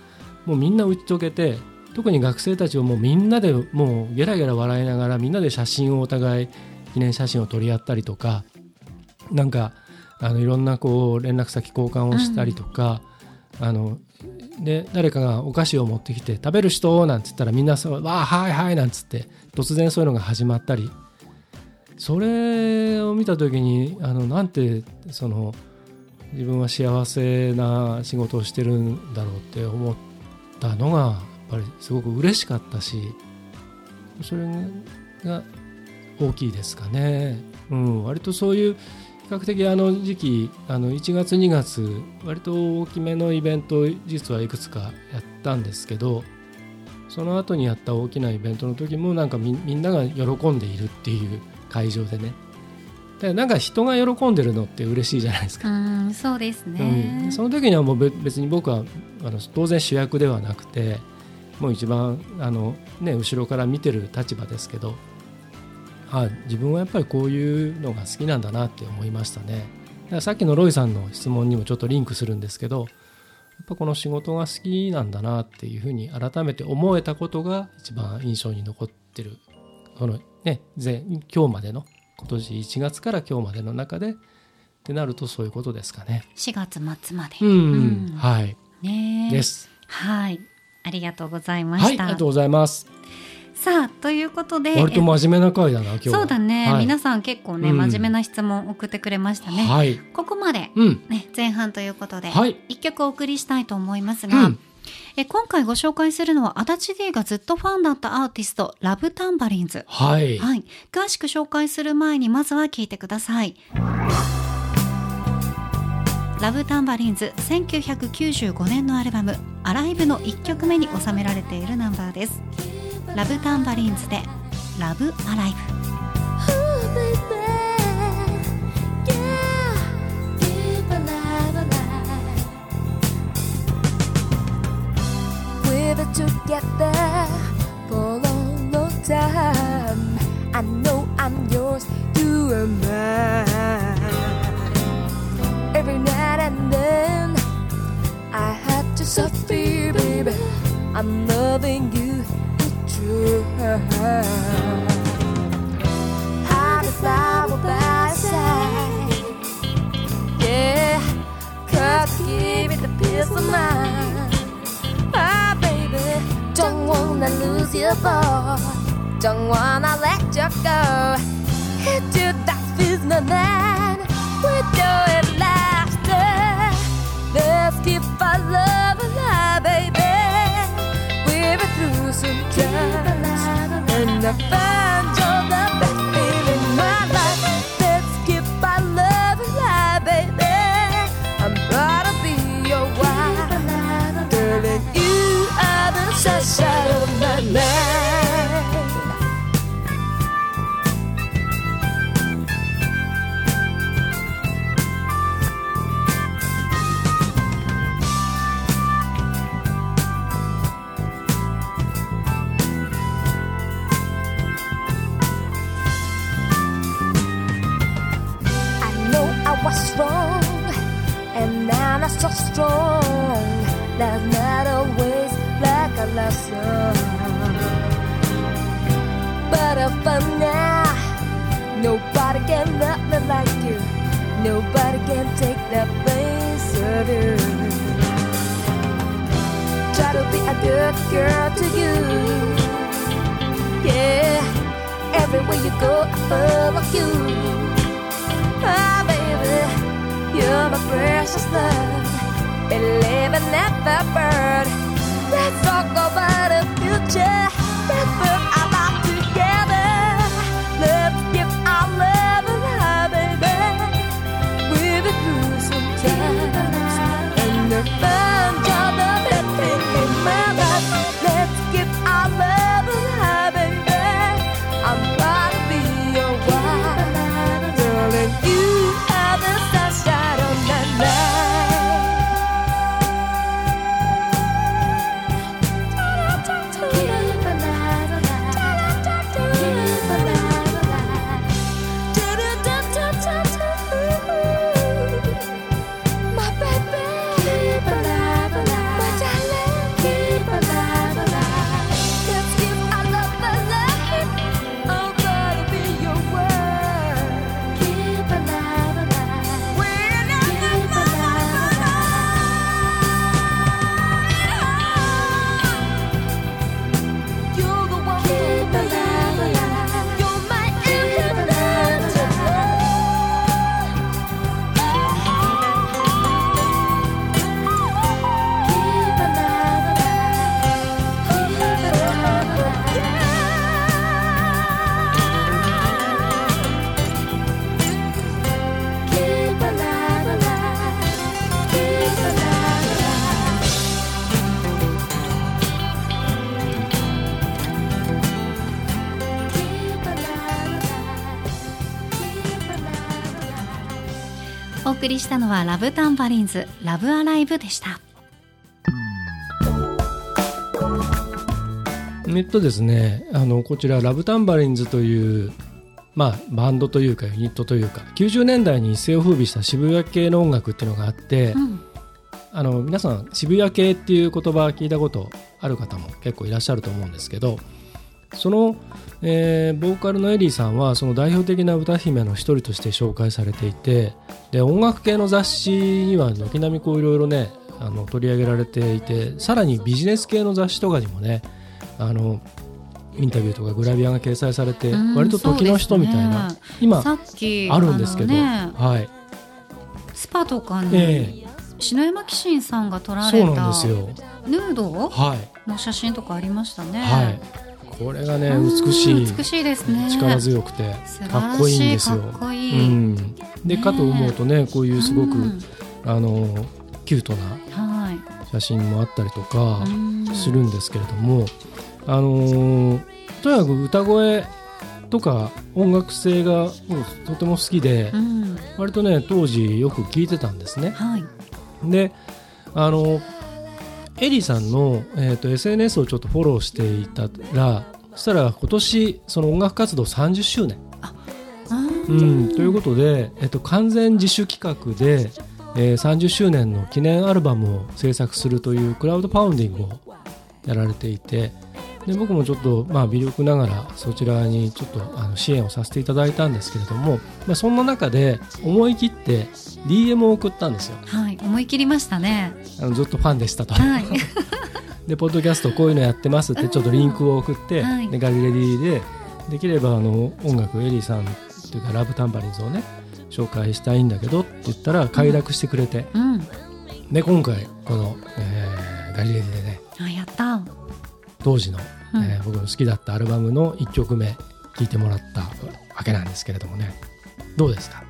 Speaker 2: もうみんな打ち解けて特に学生たちをもうみんなでもうゲラゲラ笑いながらみんなで写真をお互い記念写真を撮り合ったりとかなんかあのいろんなこう連絡先交換をしたりとか、あので誰かがお菓子を持ってきて食べる人なんつったらみんなそうわあはいはいなんつって突然そういうのが始まったりそれを見た時にあのなんてその自分は幸せな仕事をしてるんだろうって思ったのがやっぱりすごく嬉しかったしそれが大きいですかね。うん、割とそういう比較的あの時期あの1月2月割と大きめのイベントを実はいくつかやったんですけどその後にやった大きなイベントの時もなんかみみんなが喜んでいるっていう会場でねだからなんか人が喜んでるのって嬉しいじゃないですか
Speaker 1: うん、そうです
Speaker 2: うん
Speaker 1: ね
Speaker 2: で。その時にはもうべ別に僕はあの当然主役ではなくてもう一番あの、ね、後ろから見てる立場ですけどあ自分はやっぱりこういうのが好きなんだなって思いましたね。だからさっきのロイさんの質問にもちょっとリンクするんですけどやっぱこの仕事が好きなんだなっていうふうに改めて思えたことが一番印象に残ってるこのね前今日までの今年1月から今日までの中でってなるとそういうことですかね。
Speaker 1: 4月末まで。
Speaker 2: うん、
Speaker 1: うん
Speaker 2: はい、
Speaker 1: ねえ
Speaker 2: で。す。
Speaker 1: はい、ありがとうございまし
Speaker 2: はい、あ
Speaker 1: た。
Speaker 2: りがとうございます。
Speaker 1: さあということで
Speaker 2: 割と真面目な回だな今日は
Speaker 1: そうだね、
Speaker 2: はい、
Speaker 1: 皆さん結構ね、
Speaker 2: うん
Speaker 1: 真面目な質問送ってくれましたね、
Speaker 2: はい
Speaker 1: ここまで、
Speaker 2: うん
Speaker 1: ね、前半ということで、
Speaker 2: はい
Speaker 1: 一曲お送りしたいと思います
Speaker 2: う
Speaker 1: が、
Speaker 2: ん
Speaker 1: え今回ご紹介するのは足立 D がずっとファンだったアーティストラブタンバリンズ、
Speaker 2: はい
Speaker 1: はい、詳しく紹介する前にまずは聞いてくださいラブタンバリンズ1995年のアルバム「アライブ」の1曲目に収められているナンバーですラブタンバリンズで「ラブアライブ」
Speaker 3: Oh, Together for a long time. I know I'm yours, you are mine. Every night and then I had to suffer, baby. I'm loving you, it's true. I desire by side. Yeah, cause you give me the peace of mind. Ah, baby, don't wanna lose your ball. Don't wanna let you go. Hit you that feels no man. With your laughter. Let's keep our love alive, baby. We were through some times, and I found you're the best thing in my life. Let's keep our love alive, baby. I'm proud to be your wife, girl, and you are the sunshine of my life. I know I was wrong, and now I'm not so strong. That's not always like a lesson. But if I'm now, nobody can love me like you. Nobody can take the place of you. Try to be a good girl to you. Yeah, everywhere you go, I follow you. Oh, baby, you're my precious love. Believe in never bird. Let's talk about the future. That's what I love together. Let's give our love a love, baby. We've been through some times. And the fun job of it in my life. Let's give our love a love, baby. I'm proud to be your wife. Girl, and you are the sunshine on my life. My baby, keep alive, alive. My darling, keep alive, alive. Let's give our love a life. Oh, God, it'll be your word. Keep alive, alive. We're not keep alive, You're the one keep alive, alive. You're my infinite. Keep alive.
Speaker 1: お送りしたのはラブタンバリンズラブアライブでした
Speaker 2: えっとですねあのこちらラブタンバリンズというまあバンドというかユニットというか90年代に一世を風靡した渋谷系の音楽っていうのがあって、
Speaker 1: うん
Speaker 2: あの皆さん渋谷系っていう言葉聞いたことある方も結構いらっしゃると思うんですけどその、えーボーカルのエリーさんはその代表的な歌姫の一人として紹介されていてで音楽系の雑誌には軒並みこういろいろねあの取り上げられていてさらにビジネス系の雑誌とかにもねあのインタビューとかグラビアが掲載されて、
Speaker 1: うん
Speaker 2: 割と時の人みたいな、
Speaker 1: そうですね
Speaker 2: 今
Speaker 1: さっき
Speaker 2: あるんですけど、
Speaker 1: あのね
Speaker 2: はい、
Speaker 1: スパとかに、
Speaker 2: え
Speaker 1: 篠山紀信さんが撮られた
Speaker 2: そうなんですよ。
Speaker 1: ヌード
Speaker 2: はい、
Speaker 1: の写真とかありましたね。
Speaker 2: はい、これがね
Speaker 1: うん
Speaker 2: 美しい
Speaker 1: 美しいですね。
Speaker 2: 力強くて
Speaker 1: 素晴らしい
Speaker 2: かっこいいんですよ。
Speaker 1: かっこいい
Speaker 2: うん、でかと思うとねこういうすごく、
Speaker 1: うん
Speaker 2: あのキュートな
Speaker 1: はい。
Speaker 2: 写真もあったりとか
Speaker 1: うん
Speaker 2: するんですけれども、あのーとにかく歌声とか音楽性がもうとても好きで、
Speaker 1: うん
Speaker 2: 割とね当時よく聴いてたんですね。
Speaker 1: はい。
Speaker 2: であのエリーさんの、えー、と SNS をちょっとフォローしていたらそしたら今年その音楽活動30周年、
Speaker 1: う
Speaker 2: うん、ということで、えっと完全自主企画で、えー30周年の記念アルバムを制作するというクラウドパウンディングをやられていてで僕もちょっと、まあ、微力ながらそちらにちょっとあの支援をさせていただいたんですけれども、まあ、そんな中で思い切って DM を送ったんですよ。
Speaker 1: はい。思い切りましたね。
Speaker 2: あのずっとファンでしたと。
Speaker 1: はい。
Speaker 2: で、ポッドキャストこういうのやってますって、ちょっとリンクを送って、
Speaker 1: うんはい
Speaker 2: でガリレディで、できればあの音楽、エリーさんというか、ラブタンバリンズをね、紹介したいんだけどって言ったら、快諾してくれて、
Speaker 1: うん。
Speaker 2: で、今回、この、えーガリレディでね、
Speaker 1: あやった。
Speaker 2: 当時の、
Speaker 1: うん
Speaker 2: えー僕の好きだったアルバムの1曲目、聴いてもらったわけなんですけれどもね、どうですか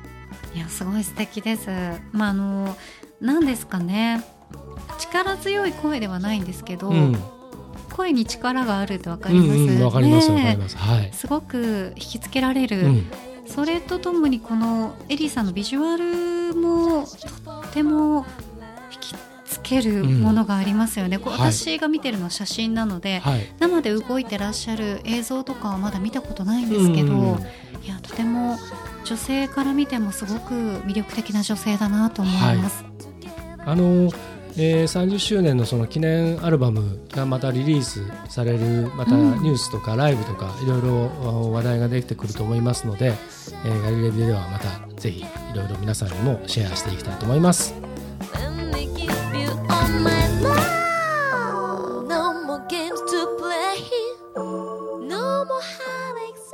Speaker 1: いやすごい素敵です。まああの何ですかね。力強い声ではないんですけど、
Speaker 2: うん、
Speaker 1: 声に力があるってわか
Speaker 2: う
Speaker 1: ります。
Speaker 2: ん、うん、わかります、わ
Speaker 1: ねえ
Speaker 2: かります。はい。
Speaker 1: すごく引きつけられる、
Speaker 2: うん、
Speaker 1: それとともにこのエリーさんのビジュアルもとっても引きつけるものがありますよね、こう
Speaker 2: はい
Speaker 1: 私が見てるのは写真なので、
Speaker 2: はい。
Speaker 1: 生で動いてらっしゃる映像とかはまだ見たことないんですけど、
Speaker 2: うん
Speaker 1: いやとても女性から見てもすごく魅力的な女性だなと思います。
Speaker 2: あのえー30周年のその記念アルバムがまたリリースされるまた
Speaker 1: うん
Speaker 2: ニュースとかライブとかいろいろあの話題ができてくると思いますので、えーガリレビューではまたぜひいろいろ皆さんにもシェアしていきたいと思います。
Speaker 3: Let me give you all my love. No more games to play. No more heartaches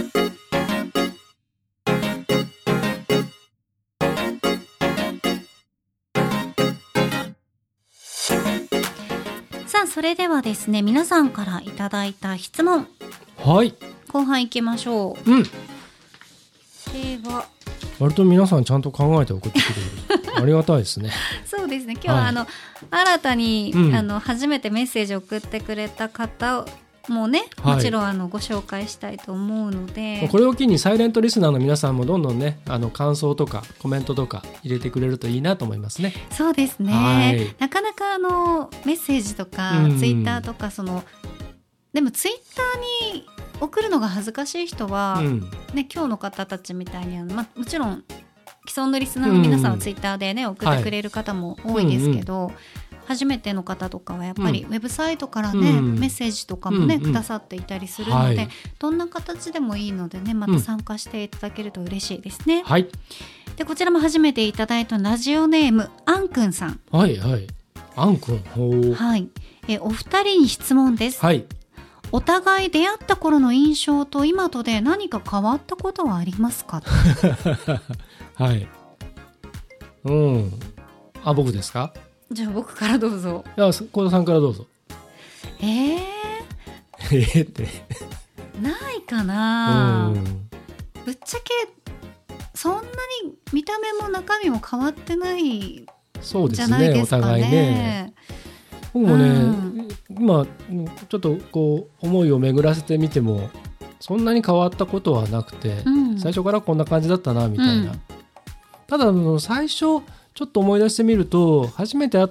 Speaker 3: and pain.
Speaker 1: さあそれではですね皆さんからいただいた質問
Speaker 2: はい、
Speaker 1: 後半いきましょう。
Speaker 2: うん、
Speaker 1: では
Speaker 2: 割と皆さんちゃんと考えて送ってくれるありがたいですね。
Speaker 1: そうですね今日は
Speaker 2: はい
Speaker 1: あの、新たに、
Speaker 2: うん
Speaker 1: あの初めてメッセージを送ってくれた方もね、
Speaker 2: はい
Speaker 1: もちろんあのご紹介したいと思うので
Speaker 2: これを機にサイレントリスナーの皆さんもどんどんねあの感想とかコメントとか入れてくれるといいなと思いますね。
Speaker 1: そうですね、
Speaker 2: はい
Speaker 1: なかなかあのメッセージとか、
Speaker 2: うん
Speaker 1: ツイッターとかそのでもツイッターに送るのが恥ずかしい人は、
Speaker 2: うん、
Speaker 1: ね、今日の方たちみたいにあの、まあ、もちろん既存のリスナーの皆さん
Speaker 2: う
Speaker 1: は
Speaker 2: ん
Speaker 1: ツイッターでね、送ってくれる方も多いですけど、初めての方とかはやっぱり
Speaker 2: う
Speaker 1: ウェブサイトからね、
Speaker 2: うん
Speaker 1: メッセージとかもね、
Speaker 2: うんうん
Speaker 1: くださっていたりするので、
Speaker 2: はい
Speaker 1: どんな形でもいいのでねま
Speaker 2: う
Speaker 1: た
Speaker 2: ん
Speaker 1: 参加していただけると嬉しいですね。
Speaker 2: はい、
Speaker 1: でこちらも初めていただいたラジオネームあんくんさん、
Speaker 2: はい、はい、あんくん、ほう
Speaker 1: はいえお二人に質問です、
Speaker 2: はい。
Speaker 1: お互い出会った頃の印象と今とで何か変わったことはありますか
Speaker 2: はい。うん。あ、僕ですか
Speaker 1: じゃあ僕からどうぞ。
Speaker 2: いや、そ幸田さんからどうぞ。
Speaker 1: えー、
Speaker 2: ええって。
Speaker 1: ないか
Speaker 2: う
Speaker 1: な、
Speaker 2: ん。
Speaker 1: ぶっちゃけそんなに見た目も中身も変わってない
Speaker 2: そうで
Speaker 1: じゃ
Speaker 2: す
Speaker 1: ない
Speaker 2: ね、
Speaker 1: で
Speaker 2: お
Speaker 1: すか
Speaker 2: 互いね。
Speaker 1: ね。
Speaker 2: 僕もね、
Speaker 1: うん
Speaker 2: 今、ちょっとこう、思いを巡らせてみても、そんなに変わったことはなくて、
Speaker 1: うん
Speaker 2: 最初からこんな感じだったな、みたいな。
Speaker 1: うん
Speaker 2: ただ、あの最初、ちょっと思い出してみると、初めて会っ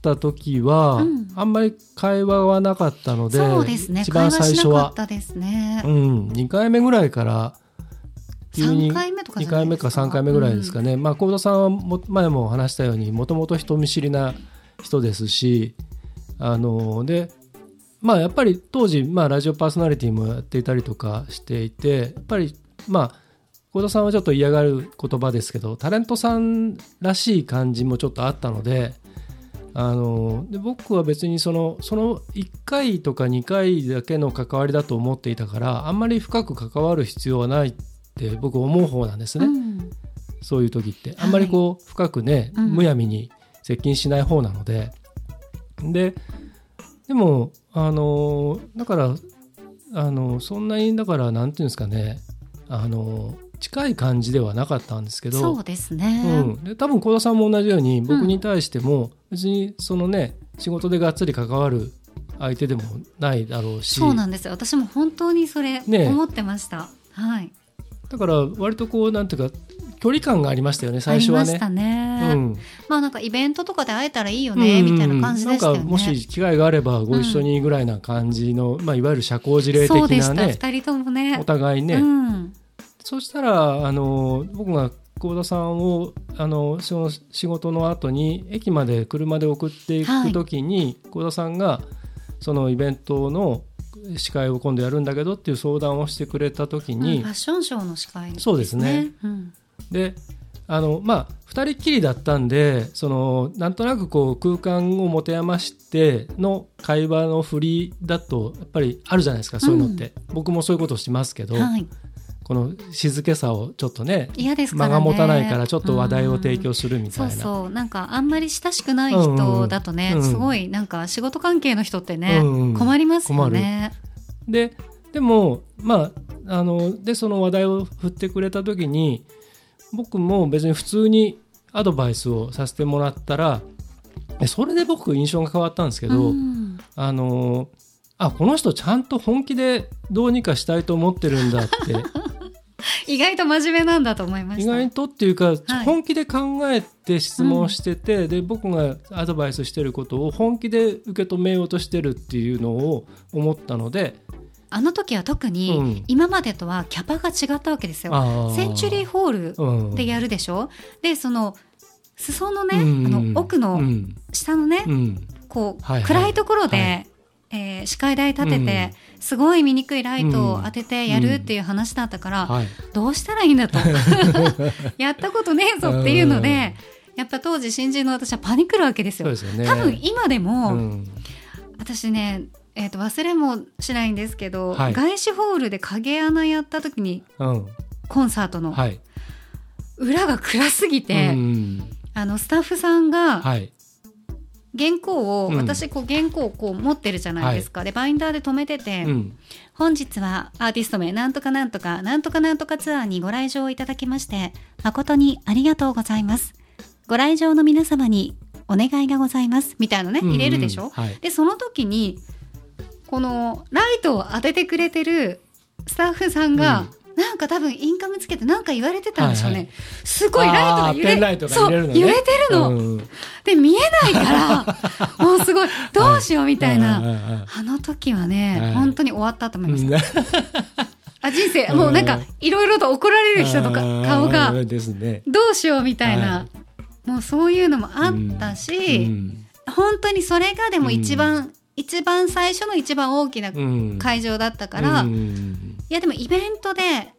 Speaker 2: た時は、
Speaker 1: うん
Speaker 2: あんまり会話はなかったので、
Speaker 1: そうですね
Speaker 2: 一
Speaker 1: 会
Speaker 2: 番
Speaker 1: 話しな
Speaker 2: 最初
Speaker 1: か
Speaker 2: は
Speaker 1: っ。たですね。
Speaker 2: うん、2回目ぐらいから急
Speaker 1: 3
Speaker 2: に
Speaker 1: 回目とかじ
Speaker 2: 2
Speaker 1: ゃな
Speaker 2: 回
Speaker 1: い
Speaker 2: 目
Speaker 1: です
Speaker 2: か
Speaker 1: か
Speaker 2: 3回目ぐらいですかね、まあ幸田さんはも前も話したようにもともと人見知りな人ですしあのでまあやっぱり当時、まあ、ラジオパーソナリティもやっていたりとかしていてやっぱりまあ幸田さんはちょっと嫌がる言葉ですけどタレントさんらしい感じもちょっとあったのであので僕は別にそのその1回とか2回だけの関わりだと思っていたからあんまり深く関わる必要はないって僕思う方なんですね、
Speaker 1: うん
Speaker 2: そういう時ってあんまりこう深くね、
Speaker 1: うん
Speaker 2: むやみに接近しない方なのでででもあのだからあのそんなにだからなんていうんですかねあの近い感じではなかったんですけど
Speaker 1: そうですね、
Speaker 2: うん、で多分幸田さんも同じように僕
Speaker 1: うん
Speaker 2: に対しても別にそのね仕事でがっつり関わる相手でもないだろうし
Speaker 1: そうなんですよ私も本当にそれ
Speaker 2: ねえ
Speaker 1: 思ってました、はい
Speaker 2: だから割とこうなんていうか距離感がありましたよね最初
Speaker 1: あ
Speaker 2: は
Speaker 1: りまし
Speaker 2: ね。
Speaker 1: たね、
Speaker 2: うん
Speaker 1: まあなんかイベントとかで会えたらいいよ
Speaker 2: うんうん
Speaker 1: ね、
Speaker 2: うん
Speaker 1: みたいな感じでしたよね
Speaker 2: なんかもし機会があればご一緒にぐらいな感じの、まあ、いわゆる社交辞令
Speaker 1: そうで
Speaker 2: 的な
Speaker 1: した
Speaker 2: ね
Speaker 1: 二人ともね
Speaker 2: お互いね、
Speaker 1: うん、
Speaker 2: そしたらあの僕が幸田さんをあのその仕事の後に駅まで車で送っていく時に幸、田さんがそのイベントの司会を今度やるんだけどっていう相談をしてくれた時
Speaker 1: うん
Speaker 2: に
Speaker 1: ファッ、ションショーの司会
Speaker 2: そうですね
Speaker 1: うん
Speaker 2: であのまあ2人っきりだったんでそのなんとなくこう空間を持て余しての会話の振りだとやっぱりあるじゃないですかそういうのって、僕もそういうことしますけど、
Speaker 1: はい
Speaker 2: この静けさをちょっとね
Speaker 1: 嫌ですか
Speaker 2: 間
Speaker 1: らね
Speaker 2: が持たないからちょっと話題を提供するみた
Speaker 1: そ
Speaker 2: いうな、
Speaker 1: そうなんかあんまり親しくない
Speaker 2: うんう
Speaker 1: 人
Speaker 2: ん
Speaker 1: だとね、
Speaker 2: うん
Speaker 1: すごいなんか仕事関係の人ってね、
Speaker 2: うんうん
Speaker 1: 困りますよね。
Speaker 2: ででもまああのでその話題を振ってくれた時に僕も別に普通にアドバイスをさせてもらったらでそれで僕印象が変わったんですけど、
Speaker 1: うん
Speaker 2: あのあこの人ちゃんと本気でどうにかしたいと思ってるんだって
Speaker 1: 意外と真面目なんだと思いま
Speaker 2: 意
Speaker 1: した。
Speaker 2: 外とっていうか、
Speaker 1: い
Speaker 2: 本気で考えて質問してて、で僕がアドバイスしてることを本気で受け止めようとしてるっていうのを思ったので
Speaker 1: あの時は特
Speaker 2: う
Speaker 1: に
Speaker 2: ん
Speaker 1: 今までとはキャパが違ったわけですよ。センチュリーホール
Speaker 2: ー
Speaker 1: でやるでしょ、でその裾のね、
Speaker 2: うん
Speaker 1: あの奥の
Speaker 2: うん
Speaker 1: 下のね、
Speaker 2: うん
Speaker 1: こう、
Speaker 2: はいはい
Speaker 1: 暗いところで、
Speaker 2: は
Speaker 1: えー視界台立てて、すごい醜いライトを当ててやるっていう話だったから、
Speaker 2: はい、
Speaker 1: どうしたらいいんだ とやったことねえぞっていうのでやっぱ当時新人の私はパニクるわけです
Speaker 2: そう
Speaker 1: よ。
Speaker 2: ですよね
Speaker 1: 多分今でも、
Speaker 2: うん
Speaker 1: 私ね、えー、と忘れもしないんですけど、
Speaker 2: はい
Speaker 1: 外資ホールで影穴やった時に
Speaker 2: うん
Speaker 1: コンサートの
Speaker 2: はい
Speaker 1: 裏が暗すぎて、
Speaker 2: うん
Speaker 1: あのスタッフさんが
Speaker 2: はい
Speaker 1: 原稿を、
Speaker 2: うん
Speaker 1: 私こう原稿をこう持ってるじゃないですか、でバインダーで止めてて、
Speaker 2: うん
Speaker 1: 本日はアーティスト名なんとかなんとかなんとかなんとかツアーにご来場いただきまして誠にありがとうございますご来場の皆様にお願いがございますみたいなのね入れるでしょ、
Speaker 2: うんはい
Speaker 1: でその時にこのライトを当ててくれてるスタッフさんが、なんか多分インカムつけてなんか言われてたんでしょうね、
Speaker 2: はいは
Speaker 1: すごいライトが揺
Speaker 2: あーペ
Speaker 1: れ
Speaker 2: ンライトが揺れるのね
Speaker 1: そう揺れてるの、
Speaker 2: うん
Speaker 1: で見えないから もうすごいどうしようみたいな、
Speaker 2: うんうんうん
Speaker 1: あの時はね、
Speaker 2: はい
Speaker 1: 本当に終わったと思いました。
Speaker 2: うん
Speaker 1: あ人生
Speaker 2: うん
Speaker 1: もうなんかいろいろと怒られる人とか
Speaker 2: あー
Speaker 1: 顔が
Speaker 2: ですね。
Speaker 1: どうしようみたいな、
Speaker 2: は
Speaker 1: もうそういうのもあったし、
Speaker 2: うん
Speaker 1: 本当にそれがでも一番、一番最初の一番大きな
Speaker 2: うん
Speaker 1: 会場だったから、
Speaker 2: うん
Speaker 1: いやでもイベントでね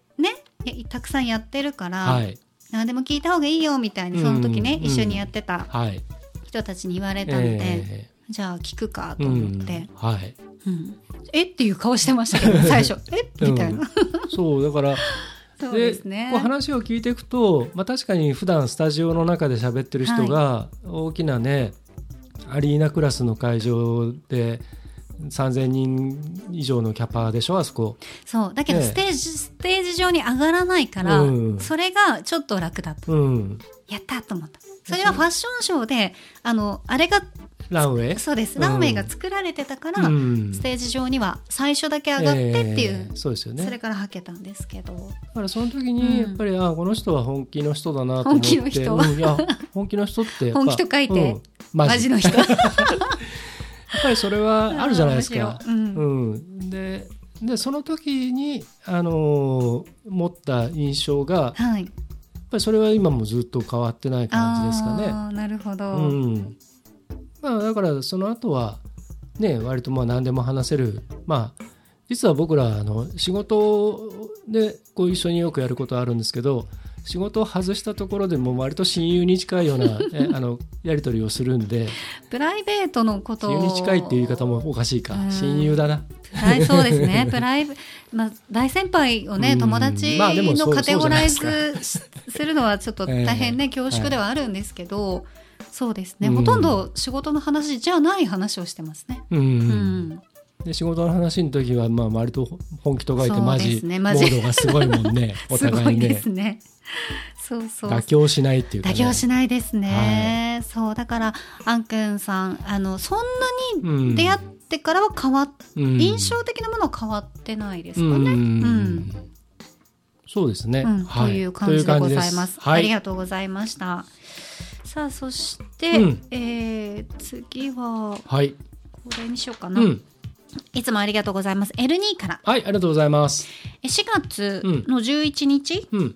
Speaker 1: いやたくさんやってるから、
Speaker 2: はい
Speaker 1: 何でも聞いた方がいいよみたいにその時ね、
Speaker 2: うん
Speaker 1: 一緒にやってた
Speaker 2: はい。
Speaker 1: 人たちに言われたので、
Speaker 2: え
Speaker 1: じゃあ聞くか
Speaker 2: え
Speaker 1: と思って、
Speaker 2: うんはい。
Speaker 1: うんえっていう顔してましたけど最初えみたいな、
Speaker 2: うんそうだから
Speaker 1: そうですね
Speaker 2: こう話を聞いていくと、まあ、確かに普段スタジオの中で喋ってる人が大きなね、アリーナクラスの会場で3,000人以上のキャパでしょあそこ。
Speaker 1: そうだけど
Speaker 2: ええ
Speaker 1: ステージ、ステージ上に上がらないから、
Speaker 2: うん
Speaker 1: それがちょっと楽だった
Speaker 2: うん、
Speaker 1: やったと思ったそれはファッションショーであのあれが
Speaker 2: ランウェイ
Speaker 1: そうです
Speaker 2: うん
Speaker 1: ランウェイが作られてたから、
Speaker 2: うん
Speaker 1: ステージ上には最初だけ上がってっていう、
Speaker 2: ええそうですよね
Speaker 1: それからはけたんですけど
Speaker 2: だからその時
Speaker 1: うん
Speaker 2: にやっぱり、ああこの人は本気の人だなと思って
Speaker 1: 本気の人
Speaker 2: うんいや本気の人ってやっぱ
Speaker 1: 本気と書いて
Speaker 2: うんマジ
Speaker 1: マジの人
Speaker 2: やっぱりそれはあるじゃないですか
Speaker 1: 面。白いうん
Speaker 2: うん、ででその時に、あのー持った印象がやっ
Speaker 1: はい
Speaker 2: ぱりそれは今もずっと変わってない感じですかね。
Speaker 1: あーなるほど、
Speaker 2: うんまあ、だからその後はね割とまあ何でも話せるまあ実は僕らあの仕事でこう一緒によくやることあるんですけど仕事を外したところでも割と親友に近いよう なえあのやり取りをするんで
Speaker 1: プライベートのこと
Speaker 2: 親友に近いっていう言い方もおかしい
Speaker 1: うん
Speaker 2: か親友だな
Speaker 1: はい、そうです ね。プライブ、まあ、大先輩を
Speaker 2: う
Speaker 1: ね、
Speaker 2: ん
Speaker 1: 友達
Speaker 2: まあでもそ
Speaker 1: の
Speaker 2: う
Speaker 1: カテゴライ
Speaker 2: そうじゃ
Speaker 1: ズす るのはちょっと大変ね、
Speaker 2: ええ
Speaker 1: 恐縮ではあるんですけど、そうですね。
Speaker 2: うん
Speaker 1: ほとんど仕事の話じゃない話をしてますね。
Speaker 2: うん、
Speaker 1: うん。
Speaker 2: で仕事の話の時はまあ割と本気と書いてマ
Speaker 1: そう
Speaker 2: ジ
Speaker 1: ですね
Speaker 2: モ
Speaker 1: マジ
Speaker 2: ードがすごい もんねお
Speaker 1: すご
Speaker 2: 互い
Speaker 1: いで
Speaker 2: ね
Speaker 1: すね。そうそう。
Speaker 2: 妥協しないっていうか、ね、
Speaker 1: 妥協しないですね。そう、だから、アンくんさん、あの、そんな
Speaker 2: うん
Speaker 1: に出会ってからは変わっ、
Speaker 2: うん
Speaker 1: 印象的なものは変わってないですかね。うん
Speaker 2: そうですね、
Speaker 1: うん、と
Speaker 2: はい
Speaker 1: いう感じでござい
Speaker 2: とう
Speaker 1: ま
Speaker 2: 感
Speaker 1: す
Speaker 2: じ。は
Speaker 1: あ
Speaker 2: い
Speaker 1: りがとうございました。さあ、そして、
Speaker 2: うん
Speaker 1: えー次は、
Speaker 2: はい、
Speaker 1: これにしようか
Speaker 2: う
Speaker 1: な、
Speaker 2: ん、
Speaker 1: いつもありがとうございます。L2 から。
Speaker 2: はい、ありがとうございます。
Speaker 1: え4月の11日、
Speaker 2: うん、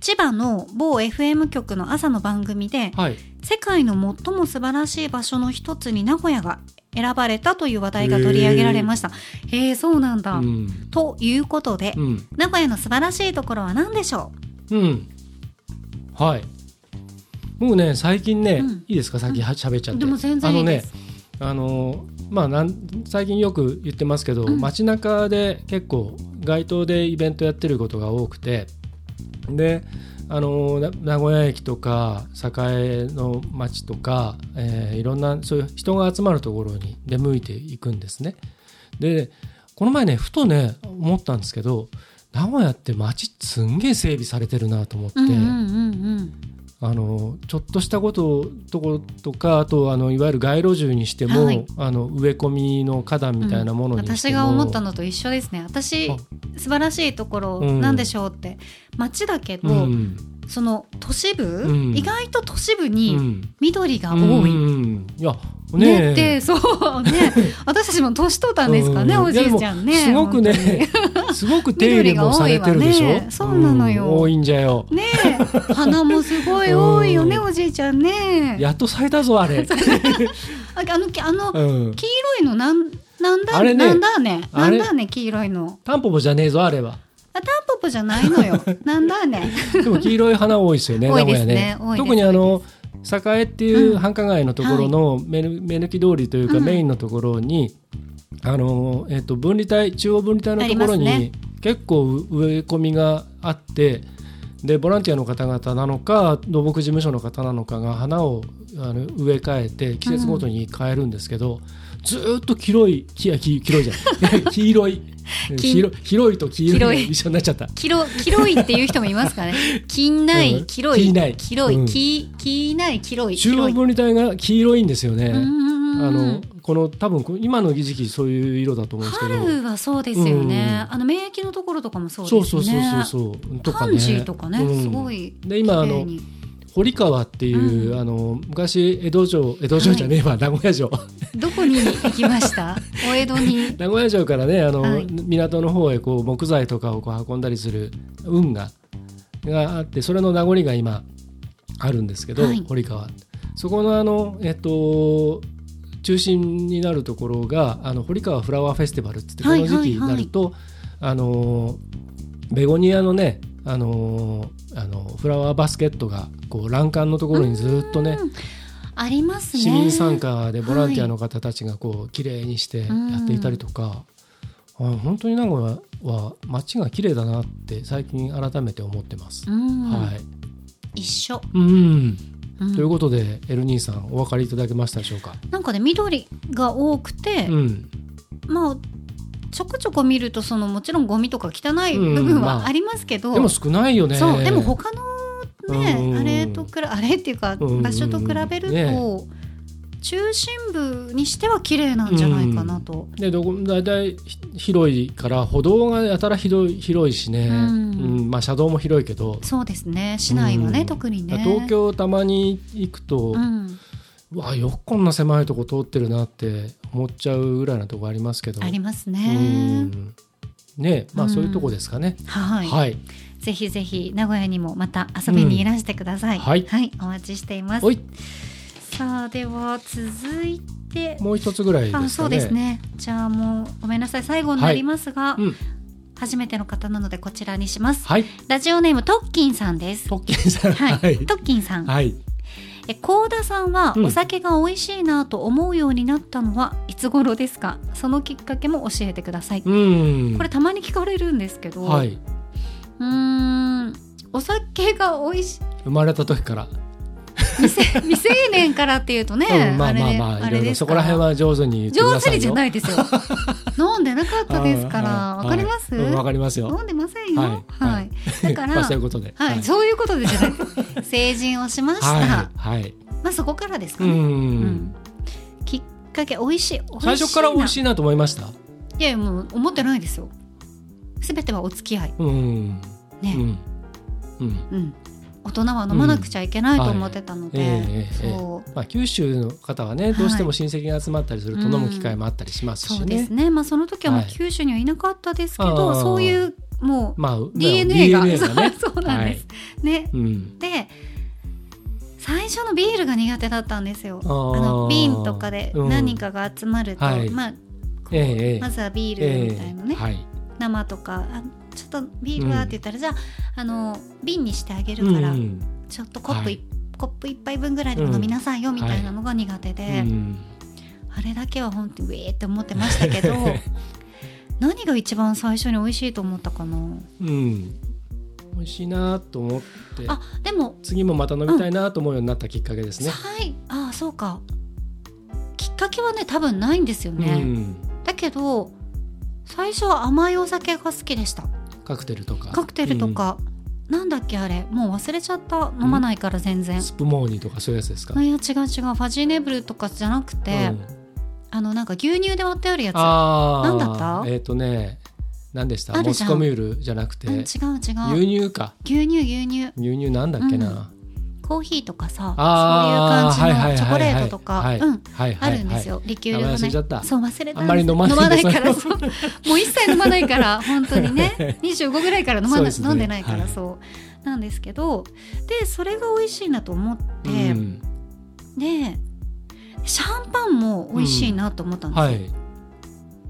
Speaker 1: 千葉の某 FM 局の朝の番組で、
Speaker 2: はい、
Speaker 1: 世界の最も素晴らしい場所の一つに名古屋が選ばれたという話題が取り上げられました。へえ、そうなんだ。
Speaker 2: うん、
Speaker 1: ということで、
Speaker 2: うん、
Speaker 1: 名古屋の素晴らしいところは何でしょ
Speaker 2: うん、はい。もうね、最近ね、
Speaker 1: うん
Speaker 2: いいですか、先は喋っちゃっ
Speaker 1: う
Speaker 2: て。
Speaker 1: でも全然いいです。
Speaker 2: あのね、あのまあ、なん、最近よく言ってますけど、
Speaker 1: うん
Speaker 2: 街中で結構街頭でイベントやってることが多くて。で、あのな名古屋駅とか栄の街とか、えーいろんなそういう人が集まるところに出向いていくんですね。でこの前ねふとね思ったんですけど名古屋って街すんげえ整備されてるなと思って、
Speaker 1: うんうんうんうん。
Speaker 2: あのちょっとしたこととことかあとあのいわゆる街路樹にしても、
Speaker 1: はい
Speaker 2: あの植え込みの花壇みたいなものにして
Speaker 1: 私
Speaker 2: も、
Speaker 1: が思ったのと一緒ですね私
Speaker 2: あ
Speaker 1: 素晴らしいところ
Speaker 2: うん
Speaker 1: なんでしょうって、街だけど、
Speaker 2: うん
Speaker 1: その都市部、
Speaker 2: うん
Speaker 1: 意外と都市部
Speaker 2: う
Speaker 1: に
Speaker 2: ん
Speaker 1: 緑が多い、
Speaker 2: うんいやね
Speaker 1: ね
Speaker 2: え
Speaker 1: ってそう ね私たちも年取ったんですかね、
Speaker 2: う
Speaker 1: おじいちゃんね
Speaker 2: いやでもすごくねすごく手入れもされてるでしょ、
Speaker 1: 緑が多いわねそうなのよ
Speaker 2: ん多いんじゃよ
Speaker 1: 本当にねえ花もすごい多いよね、
Speaker 2: うん
Speaker 1: おじいちゃんね
Speaker 2: やっと咲いたぞ あれ、
Speaker 1: ああのきあの、
Speaker 2: うん、
Speaker 1: 黄色いのなんなんだ
Speaker 2: あれね
Speaker 1: なんだねな
Speaker 2: あ
Speaker 1: ん
Speaker 2: れ
Speaker 1: だね黄色いの
Speaker 2: タンポポじゃねえぞあれは
Speaker 1: あタンポポじゃないの よなんだね
Speaker 2: でも黄色い花多いですよね、
Speaker 1: 多いで
Speaker 2: 名古
Speaker 1: す
Speaker 2: 屋
Speaker 1: ね
Speaker 2: ね
Speaker 1: 多いです。
Speaker 2: 特にあの栄っていう繁華街のところの目ぬ目抜き通りというか
Speaker 1: うん
Speaker 2: メインのところに、あのえっと分離帯中央分離帯のところ
Speaker 1: あり
Speaker 2: に結構植え込みがあって。でボランティアの方々なのか土木事務所の方なのかが花をあの植え替えて季節ごとに変えるんですけど、ずーっと黄色いきき黄色いじゃない 黄 色い
Speaker 1: 黄
Speaker 2: 広い広いと
Speaker 1: 黄
Speaker 2: 黄色い
Speaker 1: 色い
Speaker 2: が一緒になっちゃった
Speaker 1: キロ、キロイっていう人もいますからね。 キンナ
Speaker 2: う
Speaker 1: イ、
Speaker 2: ん
Speaker 1: キロイ、
Speaker 2: キンナイ
Speaker 1: キロイ、
Speaker 2: うん
Speaker 1: キ、キナイ、キロイ、キ
Speaker 2: 中
Speaker 1: ロ
Speaker 2: 央
Speaker 1: イ。
Speaker 2: 分離帯が黄色いんですよね。あ
Speaker 1: あ
Speaker 2: のこの多分こ今の時期そういう色だと思うんですけど。
Speaker 1: 春はそうですよね。
Speaker 2: う
Speaker 1: あの免疫のところとかもそうです
Speaker 2: そ
Speaker 1: ね。
Speaker 2: うそうそうそうそうとか
Speaker 1: パ
Speaker 2: ね。
Speaker 1: ンジーとかね、
Speaker 2: うん
Speaker 1: すごい綺麗に。
Speaker 2: で今あの堀川っていう、
Speaker 1: うん
Speaker 2: あの昔江戸城江戸城じゃねえわ、名古屋城
Speaker 1: どこに行きました お江戸 に。
Speaker 2: 名古屋城からねあの、
Speaker 1: はい
Speaker 2: 港の方へこう木材とかをこう運んだりする運河があってそれの名残が今あるんですけど、
Speaker 1: はい
Speaker 2: 堀川そこのあのえっと中心になるところがあの堀川フラワーフェスティバルっつってこ
Speaker 1: は
Speaker 2: の
Speaker 1: いはいはい
Speaker 2: 時期になると、あのベゴニアのねあのあのフラワーバスケットがこう欄干のところにずっとね
Speaker 1: うんありますね。
Speaker 2: 市民参加でボランティアの方たちがこう綺麗にしてやっていたりとか、あ本当に名古屋は街が綺麗だなって最近改めて思ってます。
Speaker 1: うん。
Speaker 2: はい、
Speaker 1: 一緒。
Speaker 2: うん
Speaker 1: うん
Speaker 2: ということでエルニーさんお分かりいただけましたでしょうか。
Speaker 1: なんかね、緑が多くて、
Speaker 2: うん、
Speaker 1: まあ、ちょこちょこ見ると、そのもちろんゴミとか汚い
Speaker 2: うん
Speaker 1: 部分
Speaker 2: ま
Speaker 1: は
Speaker 2: あ
Speaker 1: ありますけど。
Speaker 2: でも少ないよね。
Speaker 1: そうでも他のね、
Speaker 2: うん
Speaker 1: あれとくらあれっていうか
Speaker 2: うんうん
Speaker 1: 場所と比べると、
Speaker 2: ね
Speaker 1: 中心部にしては綺麗なんじゃないかなと、
Speaker 2: でどこ大体ひ広いから歩道がやたら広い広いしね、
Speaker 1: う
Speaker 2: うんんまあ、車道も広いけど、
Speaker 1: そうですね市内はね、
Speaker 2: うん
Speaker 1: 特にね
Speaker 2: 東京たまに行くと、
Speaker 1: うん、
Speaker 2: うわよくこんな狭いとこ通ってるなって思っちゃうぐらいなとこありますけど
Speaker 1: あります
Speaker 2: う
Speaker 1: ね
Speaker 2: んねま
Speaker 1: う
Speaker 2: あ
Speaker 1: ん
Speaker 2: そういうとこですかね、
Speaker 1: はい、
Speaker 2: はい
Speaker 1: ぜひぜひ名古屋にもまた遊びにいらしてください、
Speaker 2: うんはい
Speaker 1: お待ちしています
Speaker 2: おい
Speaker 1: さあでは続いて
Speaker 2: もう一つぐらいですかね
Speaker 1: あそうですねじゃあもうごめんなさい最後になりますが、
Speaker 2: うん
Speaker 1: 初めての方なのでこちらにします。
Speaker 2: はい。
Speaker 1: ラジオネームトッキンさんです。
Speaker 2: トッキンさん。
Speaker 1: は
Speaker 2: はい
Speaker 1: い、。トッキンさん。
Speaker 2: はい。
Speaker 1: え、高田さんは
Speaker 2: うん
Speaker 1: お酒が美味しいなと思うようになったのはいつ頃ですか。そのきっかけも教えてください。
Speaker 2: うん。
Speaker 1: これたまに聞かれるんですけど、
Speaker 2: はい。
Speaker 1: うーん、お酒が美味しい
Speaker 2: 生まれた時から。
Speaker 1: 未成 未成年からっていうとね、
Speaker 2: うん、まあまあまあ、
Speaker 1: れ
Speaker 2: いろいろそこら辺は上手に言ってく
Speaker 1: 上
Speaker 2: だ
Speaker 1: 手
Speaker 2: さいよ。
Speaker 1: にじゃないい ですよ。飲んでなかったですから、わかります？
Speaker 2: うん、わかりますよ。
Speaker 1: 飲んでませんよ。
Speaker 2: は
Speaker 1: はいい。
Speaker 2: は
Speaker 1: だ
Speaker 2: い
Speaker 1: から、
Speaker 2: まあ
Speaker 1: は
Speaker 2: そう
Speaker 1: い、
Speaker 2: いうことで。
Speaker 1: そういうことでじゃない。成人をしました。
Speaker 2: はい。はい。
Speaker 1: まあそこからですか
Speaker 2: う
Speaker 1: ね。うんん。きっかけ美味しい。美味しいな
Speaker 2: 最初から美味しいなと思いました。
Speaker 1: いやいやもう思ってないですよ。すべてはお付き合い
Speaker 2: うん。う
Speaker 1: ね。
Speaker 2: ん。うん。
Speaker 1: うん。大人は飲まなくちゃいけないと思ってたので、
Speaker 2: うんはいええええ
Speaker 1: そう。
Speaker 2: まあ九州の方はね、
Speaker 1: い
Speaker 2: どうしても親戚が集まったりすると飲む機会もあったりします
Speaker 1: そ
Speaker 2: し
Speaker 1: うで
Speaker 2: ね
Speaker 1: す。ね。まあその時はもう
Speaker 2: はい
Speaker 1: 九州にはいなかったですけ
Speaker 2: あ
Speaker 1: ど、
Speaker 2: ー
Speaker 1: そういうもう
Speaker 2: まあ
Speaker 1: DNA が、。
Speaker 2: DNA がね
Speaker 1: そうなんです。ね。
Speaker 2: うん。
Speaker 1: で最初のビールが苦手だったんですよあ
Speaker 2: あー
Speaker 1: の瓶とかで
Speaker 2: うん
Speaker 1: 何人かが集まると、
Speaker 2: はい
Speaker 1: まあこう
Speaker 2: ええええ
Speaker 1: まずはビー
Speaker 2: え
Speaker 1: ルみたいなね、
Speaker 2: えはい。
Speaker 1: 生とかあちょっとビールはって言ったら、じゃああの瓶にしてあげるから、
Speaker 2: うん
Speaker 1: ちょっとコップ、
Speaker 2: はい
Speaker 1: い、コップ一杯分ぐらいでも飲みなさいよみたいなのが苦手で、
Speaker 2: うん
Speaker 1: あれだけは本当にウェーって思ってましたけ ど何が一番最初に美味しいと思ったかな
Speaker 2: うん。美味しいなと思って。
Speaker 1: あでも
Speaker 2: 次もまた飲みたいなと思うようになったきっかけですね。
Speaker 1: はい、ああそうかきっかけはね多分ないんですよ
Speaker 2: う
Speaker 1: ね、
Speaker 2: ん。
Speaker 1: だけど最初は甘いお酒が好きでした
Speaker 2: カクテルとか。
Speaker 1: カクテルとか、なんだっけあれもう忘れちゃった飲まないから全
Speaker 2: う
Speaker 1: 然
Speaker 2: ん。、スプモーニーとかそういうやつですか。
Speaker 1: いや違う違うファジーネーブルとかじゃなくて、
Speaker 2: うん
Speaker 1: あのなんか牛乳で割ってあるやつ
Speaker 2: ああ。
Speaker 1: なんだった
Speaker 2: えっ、とね、何でした
Speaker 1: あ
Speaker 2: モ
Speaker 1: るじ
Speaker 2: ス
Speaker 1: ゃん
Speaker 2: コミュールじゃなくて、
Speaker 1: うん違う違う
Speaker 2: 牛
Speaker 1: 牛
Speaker 2: 乳か。
Speaker 1: 乳牛乳
Speaker 2: 牛乳なんだっけな。
Speaker 1: うんコーヒーとかさ
Speaker 2: あー
Speaker 1: そういう
Speaker 2: は
Speaker 1: 感
Speaker 2: いはいはいはい
Speaker 1: じのチョコレートとか、
Speaker 2: はい
Speaker 1: うん
Speaker 2: はいは
Speaker 1: あ
Speaker 2: いはい、
Speaker 1: るんですよ、リキュール
Speaker 2: 名
Speaker 1: の
Speaker 2: 前忘れ
Speaker 1: ね
Speaker 2: ちゃった
Speaker 1: そう忘れた
Speaker 2: あんまり飲まないです
Speaker 1: からそうもう一切飲まないから本当に ね25ぐらいから飲ま
Speaker 2: そう
Speaker 1: な、
Speaker 2: ですね
Speaker 1: 飲んでないから、
Speaker 2: はい
Speaker 1: そうなんですけどでそれが美味しいなと思って、
Speaker 2: うん
Speaker 1: でシャンパンも美味しいなと思ったんですよ、
Speaker 2: はい。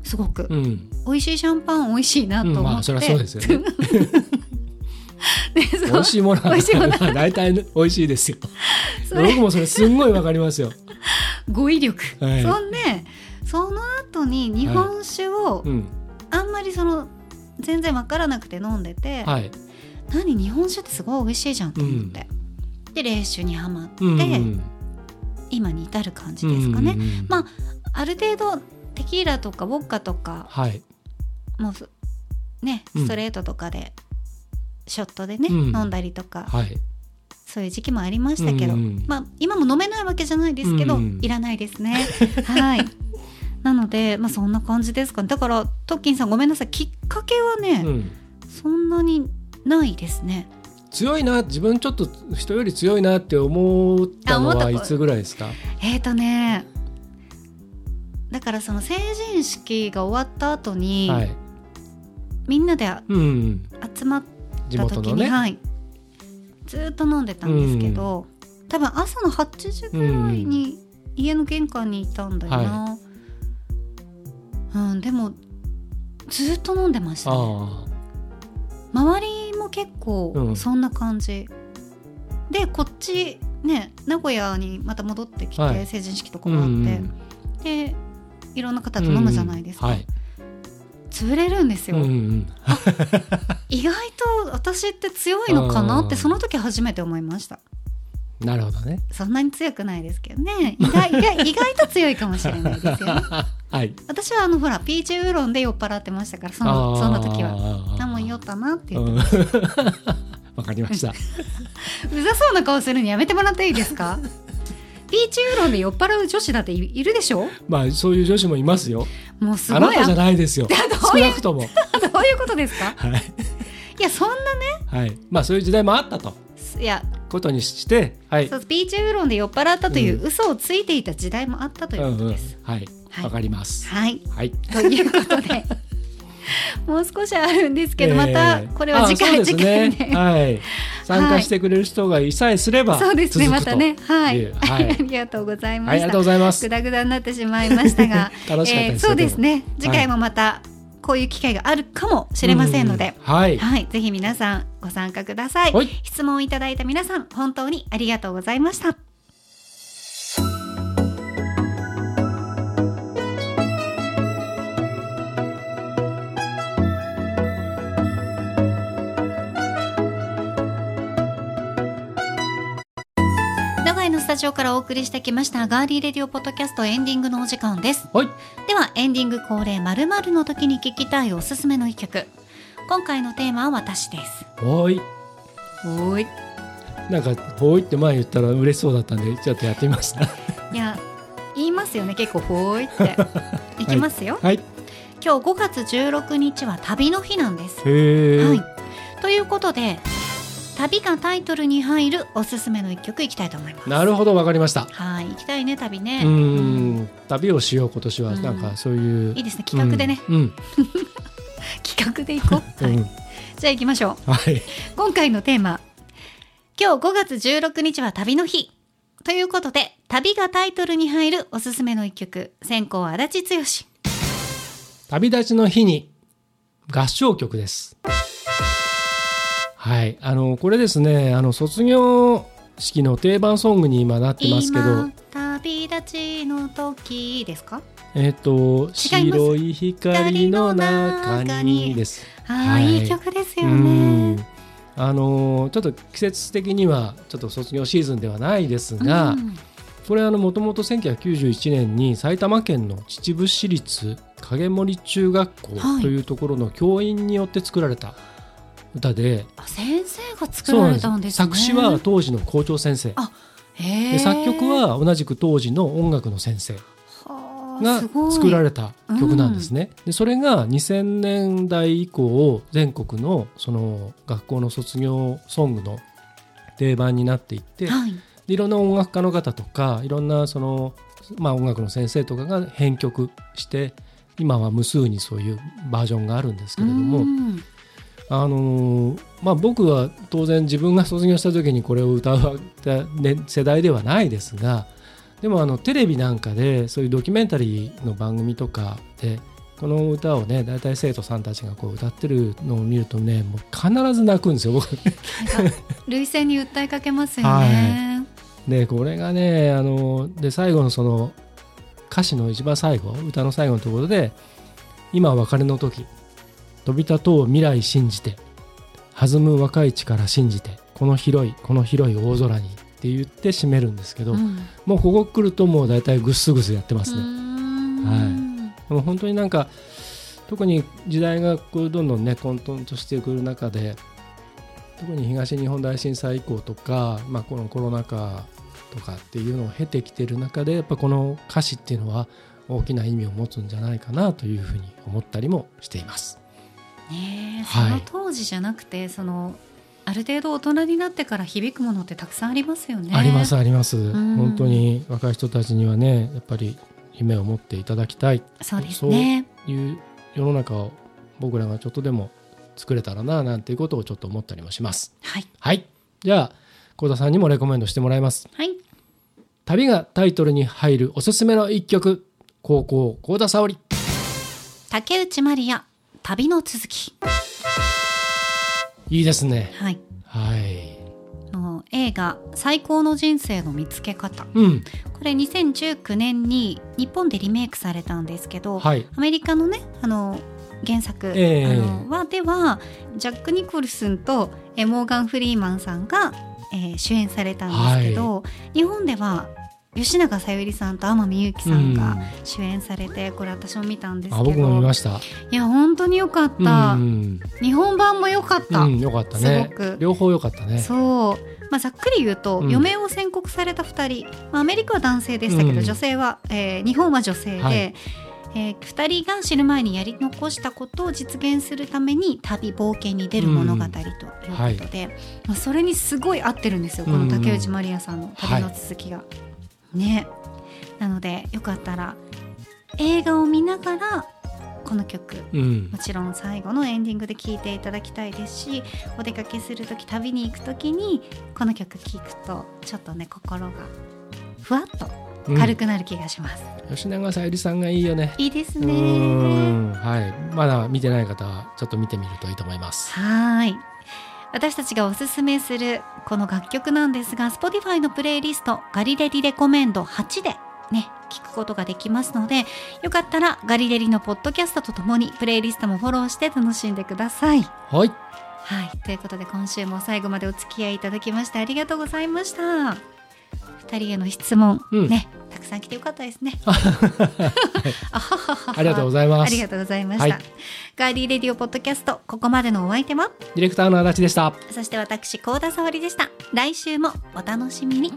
Speaker 1: すごく、
Speaker 2: うん。
Speaker 1: 美味しいシャンパン美味しいなと思って、
Speaker 2: うんまあそりゃそうですよね
Speaker 1: でそう
Speaker 2: 美味しいものは
Speaker 1: 美味しいもの
Speaker 2: 大体ね美味しいですよ。
Speaker 1: それ
Speaker 2: 僕もそれすんごいわかりますよ。
Speaker 1: 語彙力、
Speaker 2: はい
Speaker 1: そんでその後に日本酒を
Speaker 2: うん。
Speaker 1: あんまりその全然わからなくて飲んでて、
Speaker 2: はい。
Speaker 1: 何日本酒ってすごい美味しいじゃんと思って、で冷酒にはまって、
Speaker 2: うん。
Speaker 1: 今に至る感じですかね、
Speaker 2: うんうん
Speaker 1: まあある程度テキーラとかウォッカとか
Speaker 2: はい。
Speaker 1: もうすね
Speaker 2: うん
Speaker 1: ストレートとかで、ショットでね、
Speaker 2: うん
Speaker 1: 飲んだりとか、
Speaker 2: はい。
Speaker 1: そういう時期もありましたけど、
Speaker 2: うんうん
Speaker 1: まあ今も飲めないわけじゃないですけど、
Speaker 2: うんうん
Speaker 1: いらないですねはい なのでまあそんな感じですかねだからトッキンさんごめんなさいきっかけはね、
Speaker 2: うん。
Speaker 1: そんなにないですね
Speaker 2: 強いな自分ちょっと人より強いなって思ったの
Speaker 1: あ思った
Speaker 2: は
Speaker 1: 子
Speaker 2: いつぐらいですか
Speaker 1: えーとねだからその成人式が終わった後に、
Speaker 2: はい、
Speaker 1: みんなで
Speaker 2: うん、
Speaker 1: 集まっ
Speaker 2: 地
Speaker 1: た
Speaker 2: 元
Speaker 1: 時
Speaker 2: の
Speaker 1: に、
Speaker 2: ね、
Speaker 1: はい、ずーっと飲んでたんですけど、多分朝の8時ぐらいに家の玄関にいたんだよな、うんでもずーっと飲んでました、ね、
Speaker 2: あ
Speaker 1: 周りも結
Speaker 2: う
Speaker 1: 構
Speaker 2: ん
Speaker 1: そんな感じ、でこっちね名古屋にまた戻ってきて、
Speaker 2: はい
Speaker 1: 成人式と
Speaker 2: あ、
Speaker 1: か
Speaker 2: う
Speaker 1: もあって。
Speaker 2: ん、
Speaker 1: でいろんな方と飲むじゃないですか、
Speaker 2: うんはい、
Speaker 1: 潰れるんです
Speaker 2: う
Speaker 1: よ、
Speaker 2: んうん、
Speaker 1: 意外と私って強いのかなっ
Speaker 2: あー
Speaker 1: てその時初めて思いました
Speaker 2: なるほどね。
Speaker 1: そんなに強くないですけどね意外意外意外と強いかもしれないですよね
Speaker 2: はい。
Speaker 1: 私はあのほらピーチウーロンで酔っ払ってましたからそのそんな時は
Speaker 2: は
Speaker 1: 何も酔ったなって
Speaker 2: う
Speaker 1: 言って
Speaker 2: ん わかりました。
Speaker 1: うざそうな顔するのやめてもらっていいです かピーチウーロンで酔っ払う女子だっていいるでしょ
Speaker 2: まあそういう女子もいますよ。
Speaker 1: もうすご
Speaker 2: あ
Speaker 1: い
Speaker 2: なたじゃないですよ。少なくとも。
Speaker 1: あどういうことですか
Speaker 2: はい。
Speaker 1: いやそんな
Speaker 2: はい。まあそういう時代もあったと
Speaker 1: いや
Speaker 2: ことにして、はい。
Speaker 1: そうビーチウーロンで酔っ払ったというう嘘をついていた時代もあったということです。
Speaker 2: うんうん、はい。
Speaker 1: はい
Speaker 2: わかります。
Speaker 1: はい
Speaker 2: はい。
Speaker 1: ということ でもう少しあるんですけど、また
Speaker 2: えー
Speaker 1: これは次
Speaker 2: あ
Speaker 1: 回
Speaker 2: そう
Speaker 1: 次
Speaker 2: です
Speaker 1: 回で。
Speaker 2: ねはい。参加してくれる人がいさえすれば、、
Speaker 1: そうですねまたねはいいう
Speaker 2: はい
Speaker 1: ありがとうございま
Speaker 2: はい、あり
Speaker 1: し
Speaker 2: が
Speaker 1: た
Speaker 2: とうございま す
Speaker 1: グ。ダグダになってしまいましたが
Speaker 2: 楽しかったですね
Speaker 1: えーそうですね次回もまたこういう機会があるかもしれませんので、
Speaker 2: うんはい、
Speaker 1: はい、ぜひ皆さんご参加ください。
Speaker 2: はい
Speaker 1: 質問いただいた皆さん、本当にありがとうございました。名古屋のスタジオからお送りしてきましたガーリーレディオポッドキャストエンディングのお時間です。
Speaker 2: はい
Speaker 1: ではエンディング恒例まるまるの時に聞きたいおすすめの一曲。今回のテーマは私です。
Speaker 2: おい
Speaker 1: おい。
Speaker 2: なんか「ほい」って前言ったら嬉しそうだったんでちょっとやってみました
Speaker 1: いや言いますよね結構ほーいって いきますよ、
Speaker 2: はい
Speaker 1: 今日5月16日は旅の日なんです、
Speaker 2: へえ、
Speaker 1: はいということで旅がタイトルに入るおすすめの一曲いきたいと思います
Speaker 2: なるほどわかりました
Speaker 1: はい行きたいね旅ね
Speaker 2: う
Speaker 1: うん
Speaker 2: ん旅をしよう今年は
Speaker 1: うん
Speaker 2: なんかそういう
Speaker 1: いいですね企画でね、
Speaker 2: うんうん
Speaker 1: 企画で行こう、
Speaker 2: う
Speaker 1: はい
Speaker 2: ん
Speaker 1: じゃあ行きましょう
Speaker 2: はい
Speaker 1: 今回のテーマ今日5月16日は旅の日ということで旅がタイトルに入るおすすめの一曲先行足立剛
Speaker 2: 旅立ちの日に合唱曲です。はい、あのこれですね、あの卒業式の定番ソングに今なってますけど
Speaker 1: 今、旅立ちの時ですか
Speaker 2: えっ、と白い光の中にです。
Speaker 1: ああ、、
Speaker 2: はいい
Speaker 1: い曲です
Speaker 2: う
Speaker 1: よね
Speaker 2: ん。あのちょっと季節的にはちょっと卒業シーズンではないです
Speaker 1: う
Speaker 2: が、
Speaker 1: ん
Speaker 2: これあのもともと1991年に埼玉県の秩父市立影森中学校
Speaker 1: はい
Speaker 2: というところの教員によって作られた歌で、
Speaker 1: あ先生が作
Speaker 2: そ
Speaker 1: ら
Speaker 2: うなん
Speaker 1: れ
Speaker 2: です
Speaker 1: たんですね
Speaker 2: 作詞は当時の校長先生
Speaker 1: あへ
Speaker 2: で
Speaker 1: え
Speaker 2: 作曲は同じく当時の音楽の先生
Speaker 1: はあ
Speaker 2: が
Speaker 1: すごい
Speaker 2: 作られた曲なんですね。でそれが2000年代以降全国のその学校の卒業ソングの定番になっていって、
Speaker 1: はい
Speaker 2: でいろんな音楽家の方とかいろんなその、まあ、音楽の先生とかが編曲して今は無数にそういうバージョンがあるんですけれども、
Speaker 1: うん
Speaker 2: あのーまあ、僕は当然自分が卒業した時にこれを歌うね世代ではないですがでもあのテレビなんかでそういうドキュメンタリーの番組とかでこの歌をね大体生徒さんたちがこう歌ってるのを見るとねもう必ず泣くんですよ僕
Speaker 1: なんか涙腺に訴えかけますよね
Speaker 2: はでこれがねあので最後のその歌詞の一番最後歌の最後のところで「今は別れの時飛び立とう未来信じて弾む若い力信じてこの広いこの広い大空に」って言って締めるんですけど、
Speaker 1: うん
Speaker 2: もうここ来るともう大体ぐっすぐすやってます
Speaker 1: う
Speaker 2: ね。
Speaker 1: ん
Speaker 2: でも本当になんか特に時代がこうどんどんね混沌としてくる中で特に東日本大震災以降とか、まあ、このコロナ禍とかっていうのを経てきてる中でやっぱこの歌詞っていうのは大きな意味を持つんじゃないかなというふうに思ったりもしています。
Speaker 1: ねえそ
Speaker 2: はい
Speaker 1: の当時じゃなくてそのある程度大人になってから響くものってたくさんありますよね
Speaker 2: ありますあります、
Speaker 1: ん
Speaker 2: 本当に若い人たちにはねやっぱり夢を持っていただきたい
Speaker 1: そうですね
Speaker 2: という世の中を僕らがちょっとでも作れたらななんていうことをちょっと思ったりもします。
Speaker 1: はい
Speaker 2: はい。じゃあ、幸田さんにもレコメンドしてもらいます。
Speaker 1: はい
Speaker 2: 旅がタイトルに入るおすすめの一曲、高校幸田沙織。
Speaker 1: 竹内まりや旅の続き
Speaker 2: いいですね。
Speaker 1: はい
Speaker 2: はい。
Speaker 1: あの映画「最高の人生の見つけ方
Speaker 2: うん。」
Speaker 1: これ2019年に日本でリメイクされたんですけど、
Speaker 2: はい。
Speaker 1: アメリカのねあの原作、
Speaker 2: ええ
Speaker 1: あのはではジャック・ニコルスンとえモーガン・フリーマンさんが、えー主演されたんですけど、日本では吉永小百合さんと天海祐希さん
Speaker 2: うん
Speaker 1: が主演されて、これ私も見たんです
Speaker 2: あ、
Speaker 1: け
Speaker 2: 僕も見
Speaker 1: ど
Speaker 2: ました。
Speaker 1: いや本当に良かっ
Speaker 2: う
Speaker 1: た、
Speaker 2: ん。
Speaker 1: 日本版も良かった、
Speaker 2: うん、よかった
Speaker 1: す
Speaker 2: ね
Speaker 1: ごく。
Speaker 2: 両方よかったね。
Speaker 1: そう、まあ、ざっくり言うと、
Speaker 2: うん
Speaker 1: 余命を宣告された2人、まあ、アメリカは男性でしたけど、
Speaker 2: うん
Speaker 1: 女性は、えー日本は女性で、
Speaker 2: はい
Speaker 1: え2人が死ぬ前にやり残したことを実現するために旅冒険に出る物語ということで、まあ、それにすごい合ってるんですよこの竹内まりやさんの旅の続きが。ねなのでよかったら映画を見ながらこの曲
Speaker 2: うん
Speaker 1: も。ちろん最後のエンディングで聴いていただきたいですしお出かけする時旅に行く時にこの曲聴くとちょっとね心がふわっと
Speaker 2: うん
Speaker 1: 軽くなる気がします、
Speaker 2: 吉永小百合さんがいいよね
Speaker 1: いいです
Speaker 2: うー
Speaker 1: ね
Speaker 2: んはいまだ見てない方はちょっと見てみるといいと思います
Speaker 1: はーい私たちがおすすめするこの楽曲なんですが Spotify のプレイリスト「ガリレディレコメンド8」でね聞くことができますのでよかったらガリレディのポッドキャストとともにプレイリストもフォローして楽しんでください。
Speaker 2: はい
Speaker 1: はい、ということで今週も最後までお付き合いいただきましてありがとうございました2人への質問、
Speaker 2: うん
Speaker 1: ねたくさん来てよかった ですねあははは
Speaker 2: ありがとうご
Speaker 1: ざい
Speaker 2: ざいま
Speaker 1: あ
Speaker 2: す
Speaker 1: りが
Speaker 2: デ
Speaker 1: とうございました、
Speaker 2: はい
Speaker 1: ガーリーレディオポッドキャストここまでのお相手は
Speaker 2: ィレクターの足立でした
Speaker 1: そして私高田沙織でした来週もお楽しみに